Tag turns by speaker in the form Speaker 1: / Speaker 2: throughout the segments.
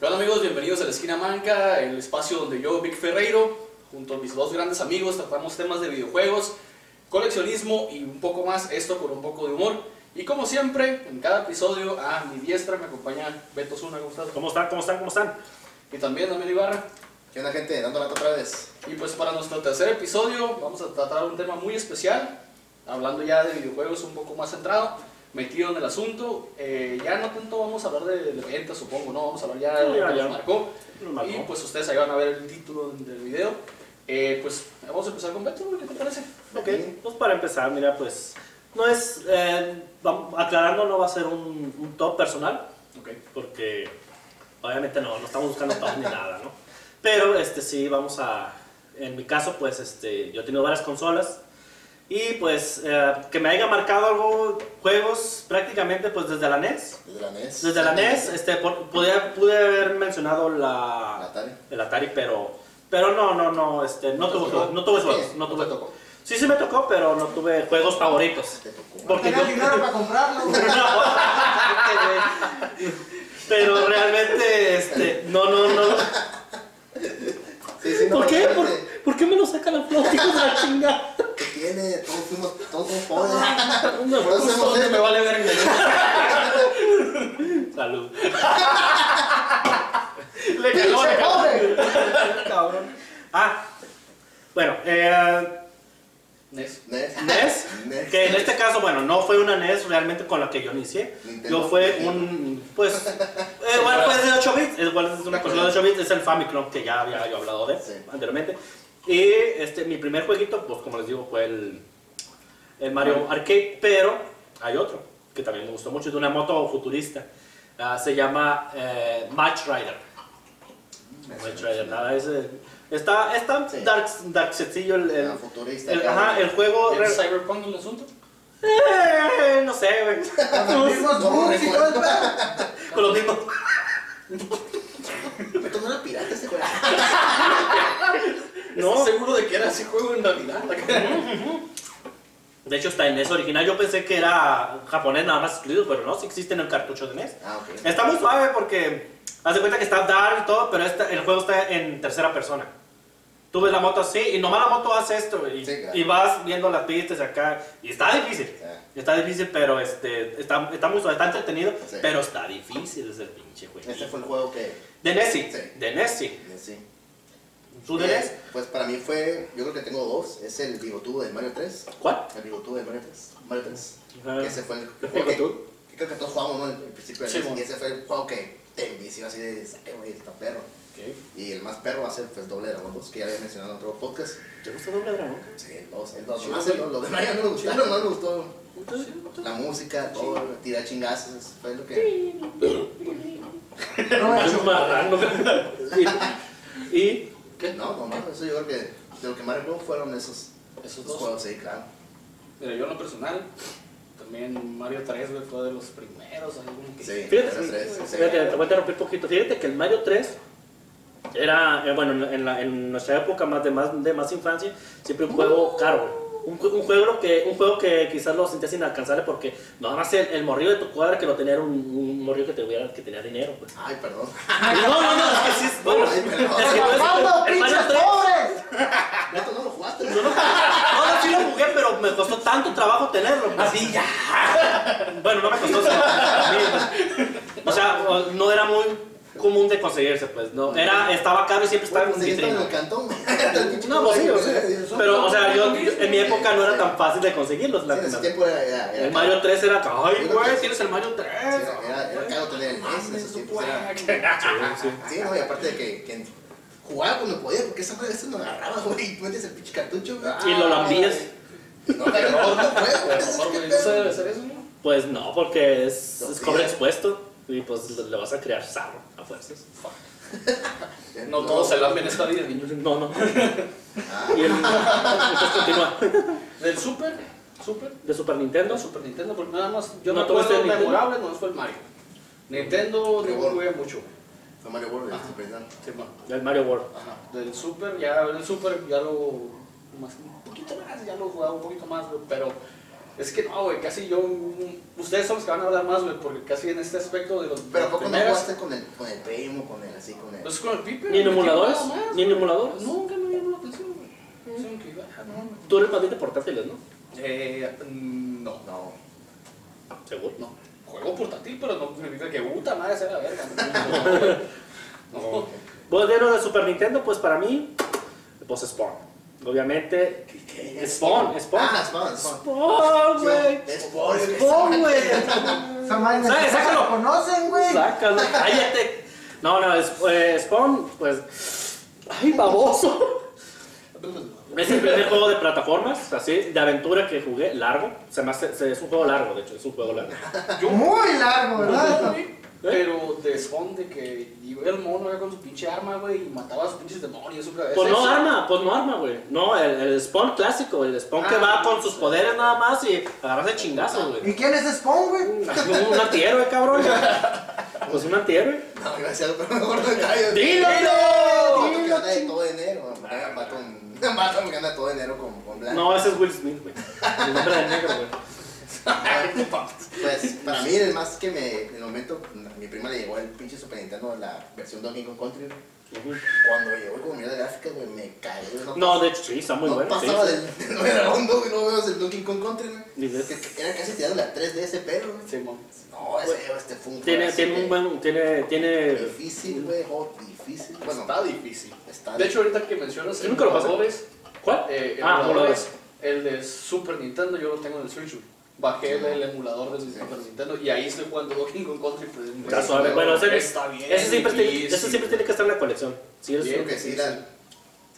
Speaker 1: Hola amigos, bienvenidos a la Esquina Manca, el espacio donde yo, Vic Ferreiro, junto a mis dos grandes amigos, tratamos temas de videojuegos, coleccionismo y un poco más, esto con un poco de humor. Y como siempre, en cada episodio, a mi diestra me acompaña Beto Zuna, ¿cómo estás?
Speaker 2: ¿Cómo están? ¿Cómo están? ¿Cómo están?
Speaker 1: Y también Daniel Ibarra.
Speaker 3: ¿Qué onda, gente? Dando lata otra vez.
Speaker 1: Y pues para nuestro tercer episodio vamos a tratar un tema muy especial, hablando ya de videojuegos un poco más centrado, metido en el asunto. Eh, ya no tanto vamos a hablar de, de ventas, supongo, ¿no? Vamos a hablar ya de lo
Speaker 2: Sí, ya,
Speaker 1: que nos
Speaker 2: ya.
Speaker 1: marcó.
Speaker 2: Nos marcó.
Speaker 1: Y pues ustedes ahí van a ver el título del video. Eh, pues vamos a empezar con Beto, ¿qué te parece?
Speaker 2: Ok, pues para empezar, mira, pues no es, eh, vam- aclarando, no va a ser un, un top personal,
Speaker 1: Ok.
Speaker 2: porque obviamente no, no estamos buscando top ni nada, ¿no? Pero este sí, vamos a, en mi caso, pues este, yo he tenido varias consolas y pues eh, que me haya marcado algo, juegos prácticamente pues desde la NES.
Speaker 3: Desde la E NES.
Speaker 2: Desde la NES, este, por- podía- pude haber mencionado la,
Speaker 3: La Atari.
Speaker 2: el Atari, pero, pero no, no, no, este, no, tuve,
Speaker 1: tocó?
Speaker 2: jue- no tuve juegos,
Speaker 3: Sí,
Speaker 2: no
Speaker 3: no
Speaker 2: tuve
Speaker 3: te tocó.
Speaker 2: Sí, sí me tocó, pero no tuve juegos favoritos.
Speaker 3: Te tocó.
Speaker 2: Porque yo-
Speaker 4: para comprarlo.
Speaker 2: pero realmente, este, no, no, no.
Speaker 3: Sí, sí, no,
Speaker 2: ¿Por qué? ¿Por,
Speaker 3: realmente,
Speaker 2: por qué me lo sacan a flota, hijos de la chinga?
Speaker 3: ¿Qué tiene? Todos fuimos, todos somos pobres.
Speaker 2: No,
Speaker 3: Por eso hemos
Speaker 1: Me vale ver
Speaker 2: Salud. le cagó, le cagó. Cabrón. Ah, bueno, eh,
Speaker 1: NES.
Speaker 3: NES.
Speaker 2: NES,
Speaker 3: NES.
Speaker 2: E que en este caso, bueno, no fue una NES realmente con la que yo inicié.
Speaker 3: Nintendo. E
Speaker 2: Yo fue un, pues, eh, igual fue de 8 bits, es igual es una consola de 8 bits, es el Famicom que ya había yo hablado de
Speaker 3: Sí.
Speaker 2: anteriormente. Y este, mi primer jueguito, pues como les digo, fue el, el Mario Arcade, pero hay otro que también me gustó mucho, es de una moto futurista. Ah, se llama eh, Match Rider. Match Rider, nada, ese- Está, está
Speaker 3: Mm, Sí.
Speaker 2: dark, darksetcillo el, el-
Speaker 3: Ah, futurista,
Speaker 2: el-
Speaker 3: cabrón.
Speaker 2: ajá, el juego.
Speaker 1: ¿Es Cyberpunk el asunto?
Speaker 2: Eh, no sé, güey.
Speaker 4: Mismos bugs y todo el pedo.
Speaker 2: Con los mismos.
Speaker 3: Me tocó una pirata ese juego.
Speaker 2: No.
Speaker 1: ¿Estás seguro de que era ese juego en realidad?
Speaker 2: De hecho, está en NES original. Yo pensé que era japonés nada más excluido, pero no, sí existe en el cartucho de NES.
Speaker 3: Ah, ok.
Speaker 2: Está muy suave porque haz de cuenta que está dark y todo, pero esta- el juego está en tercera persona. Tú ves la moto así y nomás la moto hace esto y,
Speaker 3: Sí, claro.
Speaker 2: y vas viendo las pistas acá. Y está difícil.
Speaker 3: Ah.
Speaker 2: Está difícil, pero este, está, está muy suave, está entretenido,
Speaker 3: Sí.
Speaker 2: pero está difícil ese pinche juego.
Speaker 3: Este fue el juego que.
Speaker 2: De Nessie.
Speaker 3: Sí.
Speaker 2: De Nessie.
Speaker 3: Sí.
Speaker 2: ¿Tú de E NES?
Speaker 3: Eh, Pues para mí fue. Yo creo que tengo dos. Es el bigotudo de Mario 3.
Speaker 2: ¿Cuál?
Speaker 3: El bigotudo de Mario 3. Mario 3.
Speaker 2: Ajá.
Speaker 3: Que ese fue el
Speaker 2: ¿El
Speaker 3: juego que-
Speaker 2: bigotudo?
Speaker 3: que creo que todos jugamos, ¿no? En el principio del
Speaker 1: Sí,
Speaker 3: NES.
Speaker 1: bueno.
Speaker 3: Y ese fue el juego que te envició así de. "Ay, güey, está perro! Y el más perro va a ser pues doble Dragon 2, que ya había mencionado en otro podcast.
Speaker 2: ¿Te gusta Doble Dragón?
Speaker 3: Sí, el 2, el 2. Más el 2, los de Mario no me gustaron, no me gustó. La música, todo, tirar chingazos, fue lo que.
Speaker 4: No me
Speaker 2: Es un marrano. y, y
Speaker 1: ¿Qué?
Speaker 3: No, no, no, eso yo creo que de lo que marcó fueron esos,
Speaker 1: Esos
Speaker 3: esos
Speaker 1: dos.
Speaker 3: juegos, sí, claro.
Speaker 1: Mira, yo en lo personal, también Mario 3 güey, fue de los primeros. Así como que...
Speaker 3: Sí,
Speaker 2: Fíjate,
Speaker 3: esos tres, sí.
Speaker 2: fíjate, te voy a interrumpir poquito. Fíjate que el Mario 3 era, eh, bueno, en, la- en nuestra época más de, más de más infancia, siempre un juego caro. güey. Un, ju- un juego que, un juego que quizás lo sentías inalcanzable porque nada más el, el morrillo de tu cuadra que lo tenía era un, un morrillo que, tuviera, que tenía dinero. pues.
Speaker 3: Ay, perdón.
Speaker 2: No, no, no, es que sí es bueno.
Speaker 3: Ay, perdón.
Speaker 2: es que no es-
Speaker 4: ¡Vamos,
Speaker 2: el Mario
Speaker 4: pinches
Speaker 2: 3
Speaker 4: pobres!
Speaker 3: Beto, no lo jugaste.
Speaker 2: No, no, no, no, sí lo jugué, pero me costó tanto trabajo tenerlo. Así ya. Bueno, no me costó tanto. a mí, pues. O sea, o- no era muy común de conseguirse, pues. No, era, estaba caro y siempre estaba pues en
Speaker 3: Bueno,
Speaker 2: un
Speaker 3: sí, estaba
Speaker 2: vitrina.
Speaker 3: en el cantón.
Speaker 2: No, pues sí, o sea, pero, o sea, yo, yo- en mi época no era tan fácil de conseguirlos.
Speaker 3: Sí,
Speaker 2: la-
Speaker 3: en ese tiempo era. era, era
Speaker 2: el Mario 3 era, ay,
Speaker 3: Yo creo
Speaker 2: güey,
Speaker 3: que-
Speaker 2: tienes el Mario 3.
Speaker 3: Sí, era, era, era caro tener el
Speaker 2: Ah,
Speaker 3: NES en esos tiempos. Era,
Speaker 2: Sí, sí.
Speaker 3: Sí, no, y aparte de que, que jugaba cuando podía, porque esa madre eso no agarraba, güey, y tú metes el pinche cartucho, güey.
Speaker 2: Y lo lambías.
Speaker 3: No, pero no, no, güey,
Speaker 1: Pero,
Speaker 3: es
Speaker 1: por,
Speaker 3: que
Speaker 1: güey, no se
Speaker 3: pedo.
Speaker 1: debe hacer eso, ¿no?
Speaker 2: Pues no, porque es,
Speaker 3: No,
Speaker 2: es
Speaker 3: sí.
Speaker 2: cobre expuesto. Y pues le le vas a crear sarro a fuerzas. Eh,
Speaker 1: No todos se lamben esta vida, niños.
Speaker 2: No, no.
Speaker 3: Ah,
Speaker 2: Y el, entonces continúa.
Speaker 1: Del Super, Super,
Speaker 2: De Super Nintendo.
Speaker 1: no, Super Nintendo, porque nada más, yo
Speaker 2: No
Speaker 1: no
Speaker 2: tuviste
Speaker 1: recuerdo
Speaker 2: Nintendo.
Speaker 1: memorable, no fue el Mario. Nintendo no
Speaker 3: Reborn.
Speaker 1: jugué mucho.
Speaker 3: Fue Mario World,
Speaker 1: Ajá.
Speaker 3: el Super Nintendo.
Speaker 1: Sí, bueno.
Speaker 2: Del Mario World.
Speaker 1: Ajá. Del Super, ya del Super ya lo más un poquito más, ya lo jugaba un poquito más, güey, pero Es que no, güey, casi yo. mm, Ustedes son los que van a hablar más, güey, porque casi en este aspecto de los.
Speaker 3: Pero ¿a
Speaker 1: de
Speaker 3: poco no
Speaker 1: primeras-
Speaker 3: jugaste con el, con el primo, con el así, con el.
Speaker 1: Pues con el Pipe.
Speaker 2: Ni en
Speaker 1: güey,
Speaker 2: emuladores,
Speaker 1: nada más,
Speaker 2: ni en
Speaker 1: güey.
Speaker 2: emuladores.
Speaker 1: Nunca me llamó la atención, güey. Es un que, ah, no, no.
Speaker 2: Tú eres más bien de portátiles, ¿no?
Speaker 1: Eh, mm, no.
Speaker 3: No.
Speaker 2: Seguro.
Speaker 1: No, juego portátil, pero no significa que puta madre sea la verga. No, no, no.
Speaker 2: Vos de lo de Super Nintendo, pues para mí, pues Spawn. Obviamente, Spawn, Spawn.
Speaker 3: Ah, Spawn, Spawn.
Speaker 2: Spawn, güey.
Speaker 3: Yo, Spawn, güey.
Speaker 2: Spawn, güey.
Speaker 4: Esa madre me
Speaker 2: Sácalo, sácalo.
Speaker 4: la conocen, güey.
Speaker 2: Sácalo, cállate. No, no, es- eh, Spawn, pues. Ay, baboso. Es el primer juego de plataformas, así, de aventura que jugué, largo. Se me hace- se- es un juego largo, de hecho, es un juego largo.
Speaker 4: Muy largo,
Speaker 1: Yo,
Speaker 4: ¿verdad?
Speaker 1: güey, Pero de spawn de que iba el mono acá con su pinche arma, güey, y mataba a sus pinches demonios. güey.
Speaker 2: Pues
Speaker 1: Es
Speaker 2: no
Speaker 1: eso.
Speaker 2: arma, pues no arma, güey. No, el, el Spawn clásico, el Spawn que
Speaker 1: Ah.
Speaker 2: va con sus poderes nada más y agarrarse chingazos, güey.
Speaker 4: ¿Y quién es Spawn, güey?
Speaker 2: Un, un antihéroe, cabrón. Pues un antihéroe.
Speaker 3: No, iba a ser pero mejor no callo.
Speaker 2: ¡Dilo,
Speaker 3: Mato que
Speaker 2: dilo,
Speaker 3: anda de todo enero. Mato un- mato que anda todo enero con, con blanco.
Speaker 2: No, ese es Will Smith, güey. El nombre del negro, güey.
Speaker 3: Pues para mí el más que me, en el momento, mi prima le llegó el pinche Super Nintendo, la versión Donkey Kong Country. Cuando llegó con mierda gráfica, güey, me caí. güey,
Speaker 2: No, de hecho, sí, está muy
Speaker 3: no
Speaker 2: bueno. sí.
Speaker 3: pasaba del, del nueve redondo, güey, no veo el Donkey Kong Country,
Speaker 2: Ni
Speaker 3: güey.
Speaker 2: ves.
Speaker 3: Que- que Era casi tirando la 3D ese perro, güey.
Speaker 1: Simón.
Speaker 3: No, ese, este fue un
Speaker 2: Tiene,
Speaker 3: juego así
Speaker 2: tiene un
Speaker 3: de-
Speaker 2: buen. Tiene. tiene
Speaker 3: Difícil, güey, juego difícil. Bueno,
Speaker 1: está difícil.
Speaker 3: está
Speaker 1: De hecho, ahorita que mencionas
Speaker 2: Yo nunca lo pasé.
Speaker 1: emuladores,
Speaker 2: ¿Cuál?
Speaker 1: eh,
Speaker 2: ah,
Speaker 1: emuladores,
Speaker 2: colores.
Speaker 1: el de Super Nintendo yo lo tengo en el Switch. güey. Bajé el, el emulador de Super Nintendo y ahí estoy jugando Donkey Kong Country. pues,
Speaker 2: Está
Speaker 1: güey.
Speaker 2: suave. Bueno, ese,
Speaker 1: Está bien
Speaker 2: ese siempre, tiene,
Speaker 1: difícil.
Speaker 2: ese siempre tiene que estar en la colección. Sí, es-
Speaker 1: Bien.
Speaker 3: creo que sí, la, de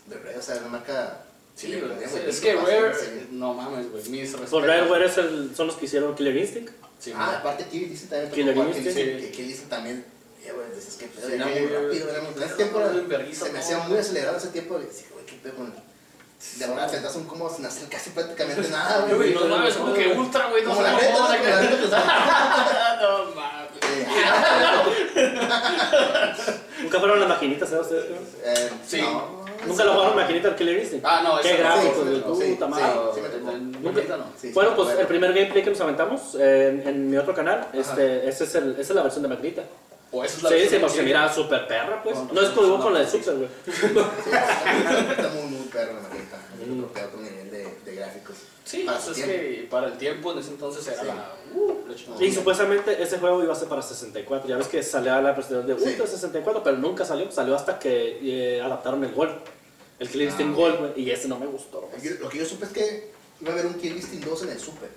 Speaker 3: verdad, o sea, la marca.
Speaker 1: Sí,
Speaker 3: le
Speaker 1: güey,
Speaker 3: ponía
Speaker 1: es-
Speaker 3: buen
Speaker 1: es
Speaker 3: piso,
Speaker 1: que
Speaker 3: pasa,
Speaker 1: Rare,
Speaker 3: sí.
Speaker 1: no mames, güey, mis respetos.
Speaker 2: Por Rareware es el- son los que hicieron Killer Instinct.
Speaker 1: Sí,
Speaker 3: Ah,
Speaker 1: güey.
Speaker 3: aparte Kill dice también.
Speaker 2: Killer
Speaker 3: tocó,
Speaker 2: Instinct,
Speaker 3: Kill Instinct,
Speaker 1: sí.
Speaker 3: que Kill Instinct también. eh, güey, dices que pedo,
Speaker 1: Sí,
Speaker 3: era muy
Speaker 1: güey,
Speaker 3: rápido, era muy
Speaker 1: estaba
Speaker 3: ese tiempo era-
Speaker 1: muy enverguiza,
Speaker 3: Se me
Speaker 1: ¿no?
Speaker 3: hacía muy acelerado ese tiempo. le Decía, güey, qué pedo con. De verdad, te das un cómodo sin hacer casi prácticamente nada,
Speaker 1: Yo, güey,
Speaker 3: güey.
Speaker 1: no mames, como que ultra, güey, no
Speaker 3: Como
Speaker 1: sé
Speaker 3: la
Speaker 1: cómo van
Speaker 3: neta,
Speaker 1: a
Speaker 3: como la
Speaker 1: creer.
Speaker 3: neta, pues,
Speaker 1: No mames.
Speaker 3: eh, ah,
Speaker 2: Nunca fueron las maquinitas, ¿eh? Ustedes, ¿no?
Speaker 3: eh,
Speaker 1: Sí.
Speaker 3: no,
Speaker 2: Nunca lo jugaron maquinita al Killer Instinct.
Speaker 1: Ah, no,
Speaker 2: Qué pues,
Speaker 1: eso no.
Speaker 2: gráficos,
Speaker 3: Sí, sí,
Speaker 2: güey,
Speaker 3: sí,
Speaker 2: puta
Speaker 3: sí.
Speaker 2: madre.
Speaker 3: Ah, sí me tocó.
Speaker 1: Nunca no.
Speaker 3: sí, sí,
Speaker 2: bueno,
Speaker 3: me
Speaker 2: pues
Speaker 3: acuerdo.
Speaker 2: el primer gameplay que nos aventamos eh, en, en mi otro canal, este, ese es el, esa es la versión de Magnita.
Speaker 1: O eso es la
Speaker 2: Sí, sí,
Speaker 1: versión
Speaker 2: porque
Speaker 1: chida.
Speaker 2: mira, super perra, pues.
Speaker 1: No,
Speaker 2: No,
Speaker 1: no,
Speaker 2: es como
Speaker 1: no,
Speaker 2: con la de
Speaker 1: no.
Speaker 2: Super, güey.
Speaker 3: Sí, está está muy, muy perro la maqueta. Yo creo que a otro nivel de, de gráficos.
Speaker 1: Sí,
Speaker 3: Para
Speaker 1: pues
Speaker 3: su
Speaker 1: es
Speaker 3: tiempo.
Speaker 1: que para el tiempo en ese entonces era
Speaker 3: Sí.
Speaker 1: la. Uh, la chingada.
Speaker 2: Y supuestamente ese juego iba a ser para 64. Ya ves que salía la presentación de
Speaker 3: Sí.
Speaker 2: Ultra 64, pero nunca salió. Salió hasta que eh, adaptaron el Golf. El Clean
Speaker 3: Ah,
Speaker 2: Steam
Speaker 3: güey.
Speaker 2: Golf, güey. Y ese no me gustó, güey.
Speaker 3: Yo- lo que yo supe es que iba a haber un Kill Listing 2 en el Super.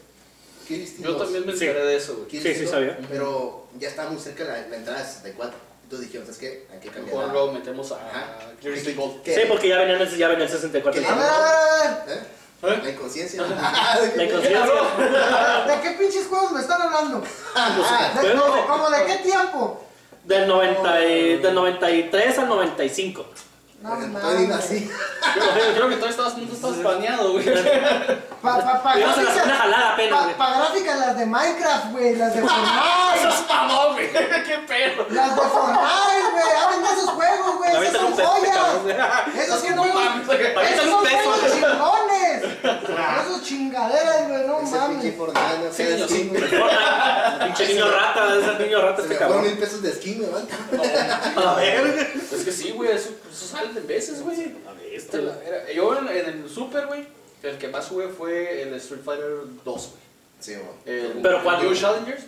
Speaker 3: Kill Listing
Speaker 1: Yo
Speaker 3: 2.
Speaker 1: también me
Speaker 2: Sí.
Speaker 1: enteré de eso, güey.
Speaker 3: Kill
Speaker 2: Sí,
Speaker 3: Listing
Speaker 2: sí,
Speaker 3: 2,
Speaker 2: sabía.
Speaker 3: Pero ya estaba muy cerca la, la entrada de 64. Entonces dijeron, ¿sabes qué? Hay que cambiar.
Speaker 1: Mejor
Speaker 3: la-
Speaker 1: lo metemos a
Speaker 3: Ajá.
Speaker 1: Clear Street Gold.
Speaker 3: ¿Qué?
Speaker 2: Sí, porque ya venía, en el- ya venía el 64.
Speaker 3: ¿Qué?
Speaker 4: A ver, a
Speaker 3: ¿Eh? Ah,
Speaker 1: ¿Eh?
Speaker 3: La inconsciencia.
Speaker 2: Me considero-
Speaker 4: ver, ¿de qué pinches juegos me están hablando?
Speaker 2: Ah,
Speaker 4: De,
Speaker 2: Juegos
Speaker 4: no,
Speaker 2: de-
Speaker 4: ¿Cómo de qué tiempo?
Speaker 2: del, 90 y- del 93 al 95.
Speaker 4: No,
Speaker 3: Todavía no así.
Speaker 1: Yo yo creo que todo estabas, no estabas planeado, güey.
Speaker 4: Para pa, pa,
Speaker 2: Íbamos a la
Speaker 4: gráficas-
Speaker 2: una jalada apenas,
Speaker 4: pa,
Speaker 2: güey.
Speaker 4: pa gráficas las de Minecraft, güey, las de
Speaker 1: ¡Ah,
Speaker 4: Fortnite.
Speaker 1: eso es mamón, güey! ¡Qué pedo!
Speaker 4: Las de Fortnite, güey, abren esos juegos, güey,
Speaker 2: La
Speaker 4: esas
Speaker 2: venta en
Speaker 4: son
Speaker 2: un peso,
Speaker 4: joyas.
Speaker 2: cabrón.
Speaker 4: Esos que no
Speaker 1: No mames, güey.
Speaker 2: La venta
Speaker 4: Esos
Speaker 2: en un
Speaker 4: son
Speaker 2: peso.
Speaker 4: juegos chingones. Esos chingaderas, güey, no
Speaker 3: Ese pinche
Speaker 4: mames.
Speaker 3: Fortnite, no
Speaker 1: Sí,
Speaker 3: sé,
Speaker 1: niño, sí.
Speaker 3: skin, güey.
Speaker 2: Pinche niño rata, ese niño rata
Speaker 3: Se me
Speaker 2: este
Speaker 3: fueron
Speaker 2: cabrón.
Speaker 3: mil pesos de skin, me van.
Speaker 2: A ver.
Speaker 1: Es que sí, güey, eso, eso sale de veces, güey.
Speaker 2: A ver,
Speaker 1: Esta
Speaker 2: este,
Speaker 1: es la era. Yo en, en el Super, güey, el que más jugué fue el Street Fighter 2, güey.
Speaker 3: Sí, güey.
Speaker 1: El-
Speaker 2: Pero ¿cuál?
Speaker 1: el New Challengers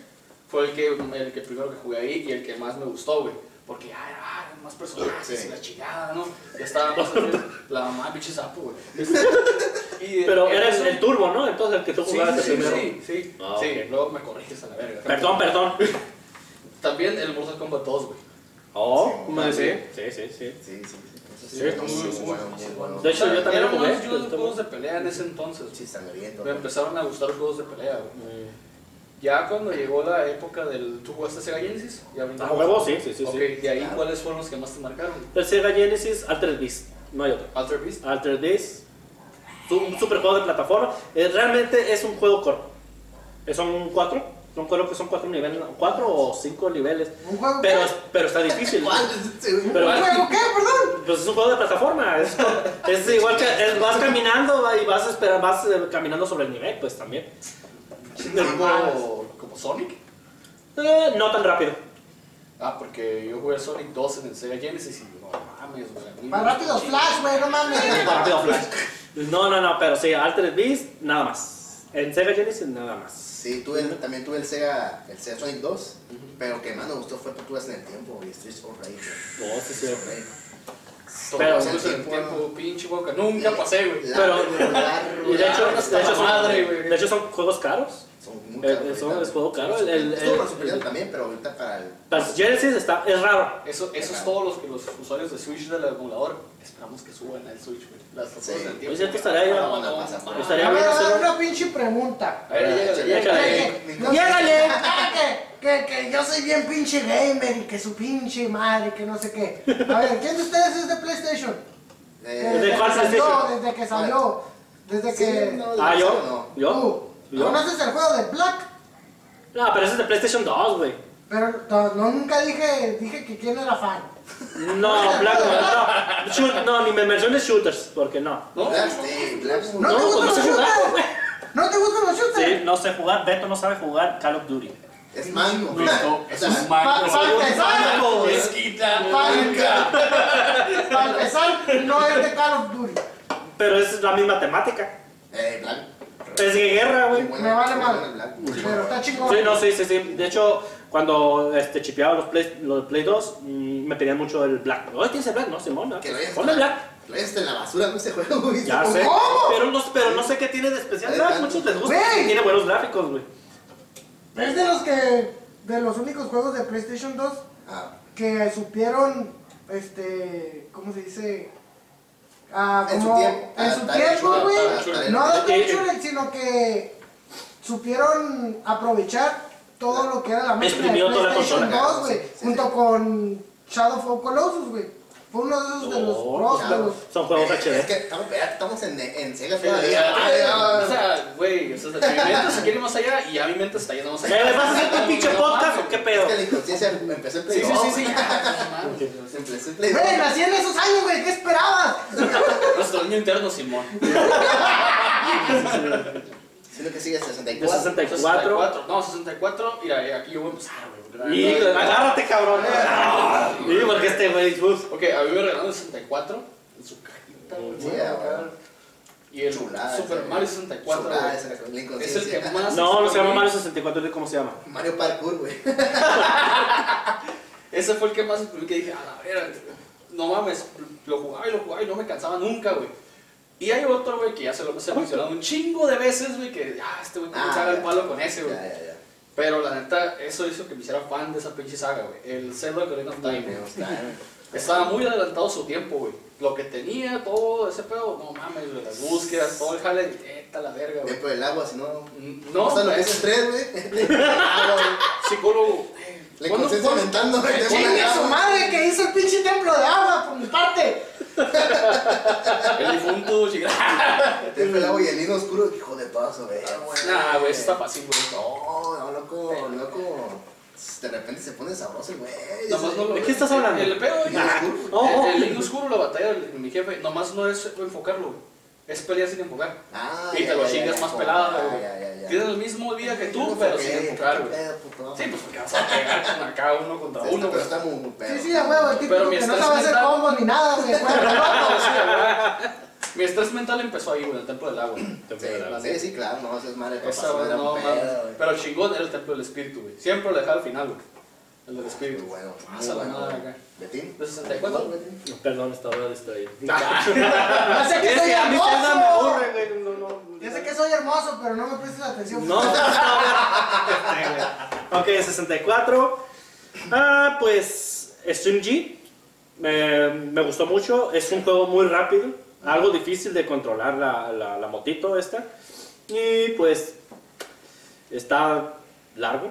Speaker 1: fue el que, el que primero que jugué ahí y el que más me gustó, güey. Porque ya era ah, más personajes
Speaker 3: Sí.
Speaker 1: y la chingada, ¿no? Ya estaba más la mamá pinche sapo, güey. Y, eh,
Speaker 2: Pero era el,
Speaker 1: eso-
Speaker 2: el turbo, ¿no? Entonces el que tú
Speaker 1: Sí,
Speaker 2: jugabas de
Speaker 1: sí,
Speaker 2: primero.
Speaker 1: sí, sí.
Speaker 2: Ah,
Speaker 1: sí,
Speaker 2: ok.
Speaker 1: luego me corriges a la verga.
Speaker 2: Perdón, perdón.
Speaker 1: También el Mortal Kombat 2, güey.
Speaker 2: Oh,
Speaker 3: Sí,
Speaker 2: madre,
Speaker 1: sí.
Speaker 2: sí, sí, sí.
Speaker 3: Sí, sí, sí. Eso
Speaker 2: Sí,
Speaker 3: está muy
Speaker 1: muy
Speaker 3: bueno,
Speaker 1: bueno,
Speaker 3: muy
Speaker 1: muy
Speaker 3: bueno.
Speaker 2: De hecho, yo también lo
Speaker 1: Eran
Speaker 2: jugué,
Speaker 1: unos- yo
Speaker 2: pero está
Speaker 1: juegos de pelea en ese entonces.
Speaker 3: Sí, sangriento.
Speaker 1: Me empezaron a gustar los juegos de pelea, güey. Ya cuando llegó la época del... ¿Tú jugaste Sega Genesis? Ya
Speaker 2: A Ah, huevo, sí, sí, sí.
Speaker 1: Ok,
Speaker 2: sí.
Speaker 1: de ahí,
Speaker 3: Claro.
Speaker 1: ¿cuáles fueron los que más te marcaron?
Speaker 2: El Sega Genesis, Altered Beast. No hay otro.
Speaker 1: Alter Beast.
Speaker 2: Altered Beast. su- Un super juego de plataforma. Eh, realmente es un juego corto. Eh, Son cuatro. Son, creo que son cuatro niveles. ¿no? Cuatro o cinco niveles.
Speaker 4: ¿Un juego
Speaker 2: Pero,
Speaker 4: qué?
Speaker 2: pero está difícil.
Speaker 3: ¿Cuál es este, güey?
Speaker 2: Pero-
Speaker 4: ¿Un juego qué? Perdón.
Speaker 2: Pues es un juego de plataforma. Es, es igual que es- vas caminando va, y vas a esperar, vas eh, caminando sobre el nivel, pues también.
Speaker 1: Tipo, Ah, como Sonic.
Speaker 2: Eh, no tan rápido.
Speaker 1: Ah, porque yo jugué Sonic 2 en el Sega Genesis y no mames, o sea, muy-
Speaker 4: Más rápido Flash, güey, no mames.
Speaker 1: Más rápido Flash.
Speaker 2: No, no, no, pero sí, Altered Beast, nada más. En Sega Genesis, nada más.
Speaker 3: Sí, tuve el- también tuve el Sega, el Sega Sonic 2, pero que más me gustó fue Tortugas en el Tiempo y Streets of Rage. güey.
Speaker 2: No, sí, sí.
Speaker 3: Rage.
Speaker 1: Pero
Speaker 2: Pero
Speaker 1: en el
Speaker 3: tiempo-
Speaker 1: tiempo, pinche boca. Nunca pasé, güey.
Speaker 3: Largo,
Speaker 2: Pero-
Speaker 3: largo,
Speaker 2: Y de hecho,
Speaker 3: largo,
Speaker 2: de hecho, son,
Speaker 1: madre, güey.
Speaker 2: de hecho son juegos caros.
Speaker 3: son muy
Speaker 2: Eh, eh,
Speaker 3: caros
Speaker 2: son-
Speaker 3: ahorita.
Speaker 2: es juego caro, el- el-
Speaker 3: Estuvo
Speaker 2: el-
Speaker 3: para Super
Speaker 2: el-
Speaker 3: Nintendo también, pero ahorita para el...
Speaker 2: Para Genesis está, es raro.
Speaker 1: Eso, eso es todo lo que los usuarios de Switch del emulador esperamos que suban al Switch, güey. Las tortugas
Speaker 3: Sí.
Speaker 1: en el tiempo. Ah,
Speaker 2: Oye, esto Pues estaría
Speaker 1: No,
Speaker 2: yo-
Speaker 1: no, no,
Speaker 3: estaría
Speaker 1: no,
Speaker 2: bien
Speaker 4: Te voy a
Speaker 2: hacer
Speaker 4: dar
Speaker 2: un-
Speaker 4: una pinche pregunta.
Speaker 1: A ver, llégale,
Speaker 2: Ya,
Speaker 1: llégale.
Speaker 2: Llégale.
Speaker 4: Que- ¡Llégale! Ah, que- Que, que yo soy bien pinche gamer y que su pinche madre, que no sé qué. A ver, ¿quién de ustedes es de PlayStation? Que
Speaker 3: eh,
Speaker 2: ¿Desde
Speaker 4: Desde
Speaker 2: cuál
Speaker 4: que salió,
Speaker 2: PlayStation?
Speaker 4: desde que salió, desde
Speaker 3: sí,
Speaker 4: que...
Speaker 3: no,
Speaker 2: Ah,
Speaker 3: no,
Speaker 2: yo.
Speaker 3: no.
Speaker 2: Yo.
Speaker 4: Tú,
Speaker 2: Yo.
Speaker 4: ¿Conoces el juego de Black?
Speaker 2: No, pero ese es de PlayStation 2, güey.
Speaker 4: Pero no, no, nunca dije, dije que quién era fan.
Speaker 2: No, Black no. Shoot, no, ni me menciones shooters, porque no.
Speaker 1: No,
Speaker 3: Black,
Speaker 1: no,
Speaker 3: sí, Black,
Speaker 4: No, te
Speaker 2: No,
Speaker 4: gustan
Speaker 2: pues
Speaker 4: los
Speaker 2: no sé jugar,
Speaker 4: shooters.
Speaker 2: güey.
Speaker 4: No te gustan los
Speaker 2: Sí,
Speaker 4: shooters.
Speaker 2: no sé jugar, Beto no sabe jugar Call of Duty.
Speaker 3: es mango.
Speaker 1: no, no,
Speaker 3: O
Speaker 1: es
Speaker 3: sea,
Speaker 1: un mango.
Speaker 4: pa- pa-
Speaker 2: mango, güey.
Speaker 1: Esquita,
Speaker 4: Manca. Para empezar, no es de Call of Duty.
Speaker 2: Pero es la misma temática.
Speaker 3: eh, Black.
Speaker 2: Es de guerra, güey.
Speaker 3: Muy
Speaker 4: Me vale
Speaker 3: muy
Speaker 4: madre.
Speaker 3: bueno el Black.
Speaker 4: Pero está chingón.
Speaker 2: Sí, no, sí, sí, sí. De hecho, cuando este, chipeaba los Play, los Play 2, mm, me pedían mucho el Black. ¿Oye, tienes el Black? No, Simón, no.
Speaker 3: Que lo hayas
Speaker 2: Ponle Black.
Speaker 3: Lo hayas en la basura, no se juega, güey.
Speaker 2: Ya sé.
Speaker 4: ¿Cómo?
Speaker 2: Pero no, pero no sé qué tiene de especial
Speaker 3: Hay
Speaker 2: Black.
Speaker 3: tanto.
Speaker 2: Muchos les gusta.
Speaker 4: Güey.
Speaker 2: Tiene buenos gráficos, güey.
Speaker 4: Es de los que. de los únicos juegos de PlayStation 2
Speaker 3: Ah,
Speaker 4: que supieron. Este. ¿Cómo se dice? Ah,
Speaker 3: En su
Speaker 4: como-
Speaker 3: tiempo.
Speaker 4: En su
Speaker 3: Adaptar el
Speaker 4: tiempo,
Speaker 3: show,
Speaker 4: güey.
Speaker 3: adaptar el-
Speaker 4: No adaptar el
Speaker 2: Eh, eh.
Speaker 4: show, sino que supieron aprovechar todo lo que era la máquina de
Speaker 2: Exprimió toda la
Speaker 4: PlayStation
Speaker 3: consola.
Speaker 4: 2, güey.
Speaker 3: Sí, sí,
Speaker 4: Junto
Speaker 3: sí.
Speaker 4: con Shadow of Colossus, güey. Fue uno de esos de los
Speaker 2: No,
Speaker 4: pros,
Speaker 3: claro.
Speaker 4: de los-
Speaker 2: Son juegos
Speaker 3: eh, Es
Speaker 2: HD.
Speaker 3: que estamos, estamos en, en Sega
Speaker 1: Sí,
Speaker 3: todavía.
Speaker 1: ya,
Speaker 3: Ay,
Speaker 1: ya,
Speaker 3: no.
Speaker 1: O sea, güey, o sea, mi mente se quiere ir más allá y ya mi mente está yendo más
Speaker 2: ¿Me
Speaker 1: allá.
Speaker 2: vas a hacer tu pinche
Speaker 1: No,
Speaker 2: podcast
Speaker 1: mames.
Speaker 2: o qué
Speaker 3: Es
Speaker 2: pedo?
Speaker 3: que la inconsciencia empezó en Play
Speaker 1: Sí, sí, sí, sí.
Speaker 3: dos,
Speaker 1: Ah, no mames.
Speaker 3: güey. Empezó en Play dos.
Speaker 4: Güey, nací en esos años, güey. ¿Qué esperabas?
Speaker 1: Nuestro niño interno, Simón.
Speaker 3: Sí, lo que sigue es
Speaker 2: De
Speaker 3: 64.
Speaker 2: 64.
Speaker 1: No, 64. Mira, eh, aquí yo voy a empezar, güey.
Speaker 2: Y agárrate, cabrón. Y porque este güey uf.
Speaker 1: Ok, a mí me regalaron el 64 en su cajita, güey.
Speaker 3: Sí, ah,
Speaker 1: Y el
Speaker 3: Chulada,
Speaker 1: Super
Speaker 3: ese,
Speaker 1: Mario 64,
Speaker 3: Chulada,
Speaker 1: güey.
Speaker 3: esa es la- la
Speaker 1: Es el
Speaker 3: inconsciencia.
Speaker 1: que más.
Speaker 2: No, no se llama
Speaker 1: exprimí.
Speaker 2: Mario 64, ¿cómo se llama?
Speaker 3: Mario Parkour, güey.
Speaker 1: Ese fue el que más exprimí, que dije, a la verga, no mames, lo jugaba y lo jugaba y no me cansaba nunca, güey. Y hay otro, güey, que ya se lo se ha mencionado un chingo de veces, güey, que ah, este güey
Speaker 3: Ah,
Speaker 1: ah, saca el
Speaker 3: ya.
Speaker 1: palo con ese,
Speaker 3: Ya,
Speaker 1: güey.
Speaker 3: ya, ya.
Speaker 1: Pero la neta, eso hizo que me hiciera fan de esa pinche saga, güey. El Zelda Ocarina of Time,
Speaker 3: Me
Speaker 1: güey.
Speaker 3: gusta, güey.
Speaker 1: Estaba muy adelantado su tiempo, güey. Lo que tenía, todo ese pedo, no mames, güey. Las búsquedas, todo el jale, esta la verga, güey.
Speaker 3: Ven por el agua, si no.
Speaker 1: No,
Speaker 3: o sea, lo que
Speaker 1: es-
Speaker 3: es estrés, güey. Agua, güey.
Speaker 1: Psicólogo.
Speaker 3: La
Speaker 1: ¿Cuándo-
Speaker 3: inconsciencia
Speaker 1: cuándo-
Speaker 3: aumentando, güey. de
Speaker 4: Chingue
Speaker 3: bola,
Speaker 4: a su
Speaker 3: agua.
Speaker 4: madre que hizo el pinche templo de agua por mi parte.
Speaker 1: El difunto, chica.
Speaker 3: Ah, Ven el agua y el hilo oscuro, que hijo de paso, güey.
Speaker 1: Nah, Ah, güey, está fácil, güey.
Speaker 3: No, no, loco, loco. De repente se pone sabroso el güey.
Speaker 1: Nomás no lo-
Speaker 2: ¿De qué estás hablando?
Speaker 1: El pedo, güey.
Speaker 3: Nah.
Speaker 2: Oh, oh.
Speaker 1: El, el himno oscuro, la batalla de mi jefe, nomás no es enfocarlo, güey. Es pelear sin enfocar.
Speaker 3: Ah,
Speaker 1: y
Speaker 3: ya,
Speaker 1: te lo
Speaker 3: ya, ya,
Speaker 1: chingas
Speaker 3: ya,
Speaker 1: más
Speaker 3: ya,
Speaker 1: pelada,
Speaker 3: ya,
Speaker 1: güey.
Speaker 3: ya, ya, ya.
Speaker 1: Tienes el mismo vida que tú,
Speaker 3: No,
Speaker 1: pero
Speaker 3: porque,
Speaker 1: sin enfocar,
Speaker 3: ¿qué
Speaker 1: güey.
Speaker 3: pedo, puto?
Speaker 1: Sí, pues porque vas a pegar con acá uno contra
Speaker 3: Este,
Speaker 1: uno,
Speaker 3: pero
Speaker 1: güey.
Speaker 3: está muy muy pedo.
Speaker 4: Sí, sí, a huevo, el tipo
Speaker 1: Pero mi
Speaker 4: que no
Speaker 1: estrés
Speaker 4: sabe hacer
Speaker 1: mental-
Speaker 4: combos ni nada, güey.
Speaker 1: No, sí, güey. Mi estrés mental empezó ahí, güey, en el templo del agua.
Speaker 3: Sí, sí, sí, claro, no, eso es madre. papá,
Speaker 1: Esa, güey,
Speaker 3: era un
Speaker 1: no,
Speaker 3: pedo,
Speaker 1: mames.
Speaker 3: güey.
Speaker 1: Pero chingón era el templo del espíritu, güey. Siempre lo dejaba al final, güey. El del
Speaker 3: Muy
Speaker 1: espíritu.
Speaker 3: bueno, muy
Speaker 1: Pasa la
Speaker 3: bueno,
Speaker 1: madre
Speaker 3: güey.
Speaker 1: acá.
Speaker 3: ¿Betín?
Speaker 1: ¿De 64?
Speaker 3: ¿Betín?
Speaker 2: Perdón, estaba distraído.
Speaker 4: Ya sé que
Speaker 2: Es
Speaker 4: soy
Speaker 2: que a mí Zelda me
Speaker 4: hermoso.
Speaker 2: aburre, güey. No, no.
Speaker 4: Ya sé que soy hermoso, pero no me prestes atención.
Speaker 2: No, Ok, 64. Ah, pues Stream G. Me, me gustó mucho. Es un juego muy rápido. Algo difícil de controlar la, la, la motito esta. Y pues está largo.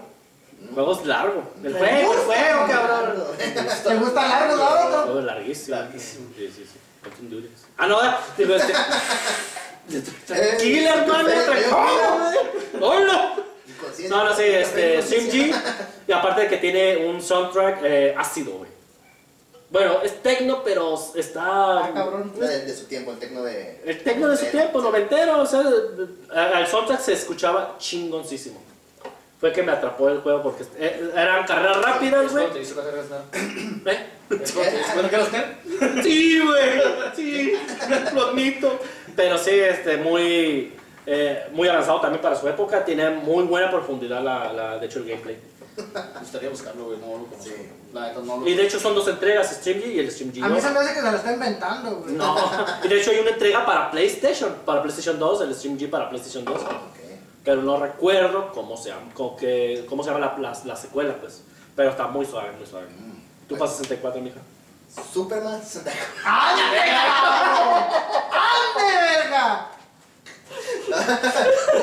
Speaker 2: El juego es largo. El
Speaker 4: Me
Speaker 2: juego, el
Speaker 4: gusta,
Speaker 2: juego,
Speaker 4: me
Speaker 2: cabrón.
Speaker 4: ¿Te gusta largo,
Speaker 2: El
Speaker 4: la otra?
Speaker 2: juego es larguísimo.
Speaker 1: Larguísimo.
Speaker 2: Sí, sí, sí. No te endures. Ah, no, digo, este- Tranquila,
Speaker 3: Eh,
Speaker 2: hermano.
Speaker 3: espera,
Speaker 2: Tranquila, güey. eh, Hola.
Speaker 3: Inconsciente.
Speaker 2: No, no, sí, este,
Speaker 3: Inconsciente.
Speaker 2: Sim G. Y aparte de que tiene un soundtrack eh, ácido, güey. Bueno, es tecno, pero está.
Speaker 4: Ah, cabrón.
Speaker 3: La de, de su tiempo, el tecno de.
Speaker 2: El tecno de su tiempo, noventero, o sea, a- al soundtrack se escuchaba chingoncísimo. Fue que me atrapó el juego porque eh, eran carreras rápidas,
Speaker 1: Es
Speaker 2: güey.
Speaker 1: cuando te hizo carreras, ¿no?
Speaker 2: ¿Eh?
Speaker 1: Es cuando- es cuando quiero tener.
Speaker 2: Sí, güey, sí, bonito. Pero sí, este, muy, eh, muy avanzado también para su época. Tiene muy buena profundidad, la, la- de hecho, el gameplay.
Speaker 1: Me gustaría buscarlo, güey, no lo conozco.
Speaker 3: Sí.
Speaker 1: La neta no lo
Speaker 2: Y de hecho son dos entregas, Stream G y el Stream G.
Speaker 4: A mí se me hace que se lo está inventando, güey.
Speaker 2: No, y de hecho hay una entrega para PlayStation, para PlayStation 2, el Stream G para PlayStation 2.
Speaker 3: Ok.
Speaker 2: Pero no recuerdo cómo se llama, cómo que, cómo se llama la, la- la secuela, pues. Pero está muy suave, muy suave. Tú pasas 64, mija.
Speaker 3: Superman 64.
Speaker 4: ¡Ande, cabrón! ¡Ande, verga!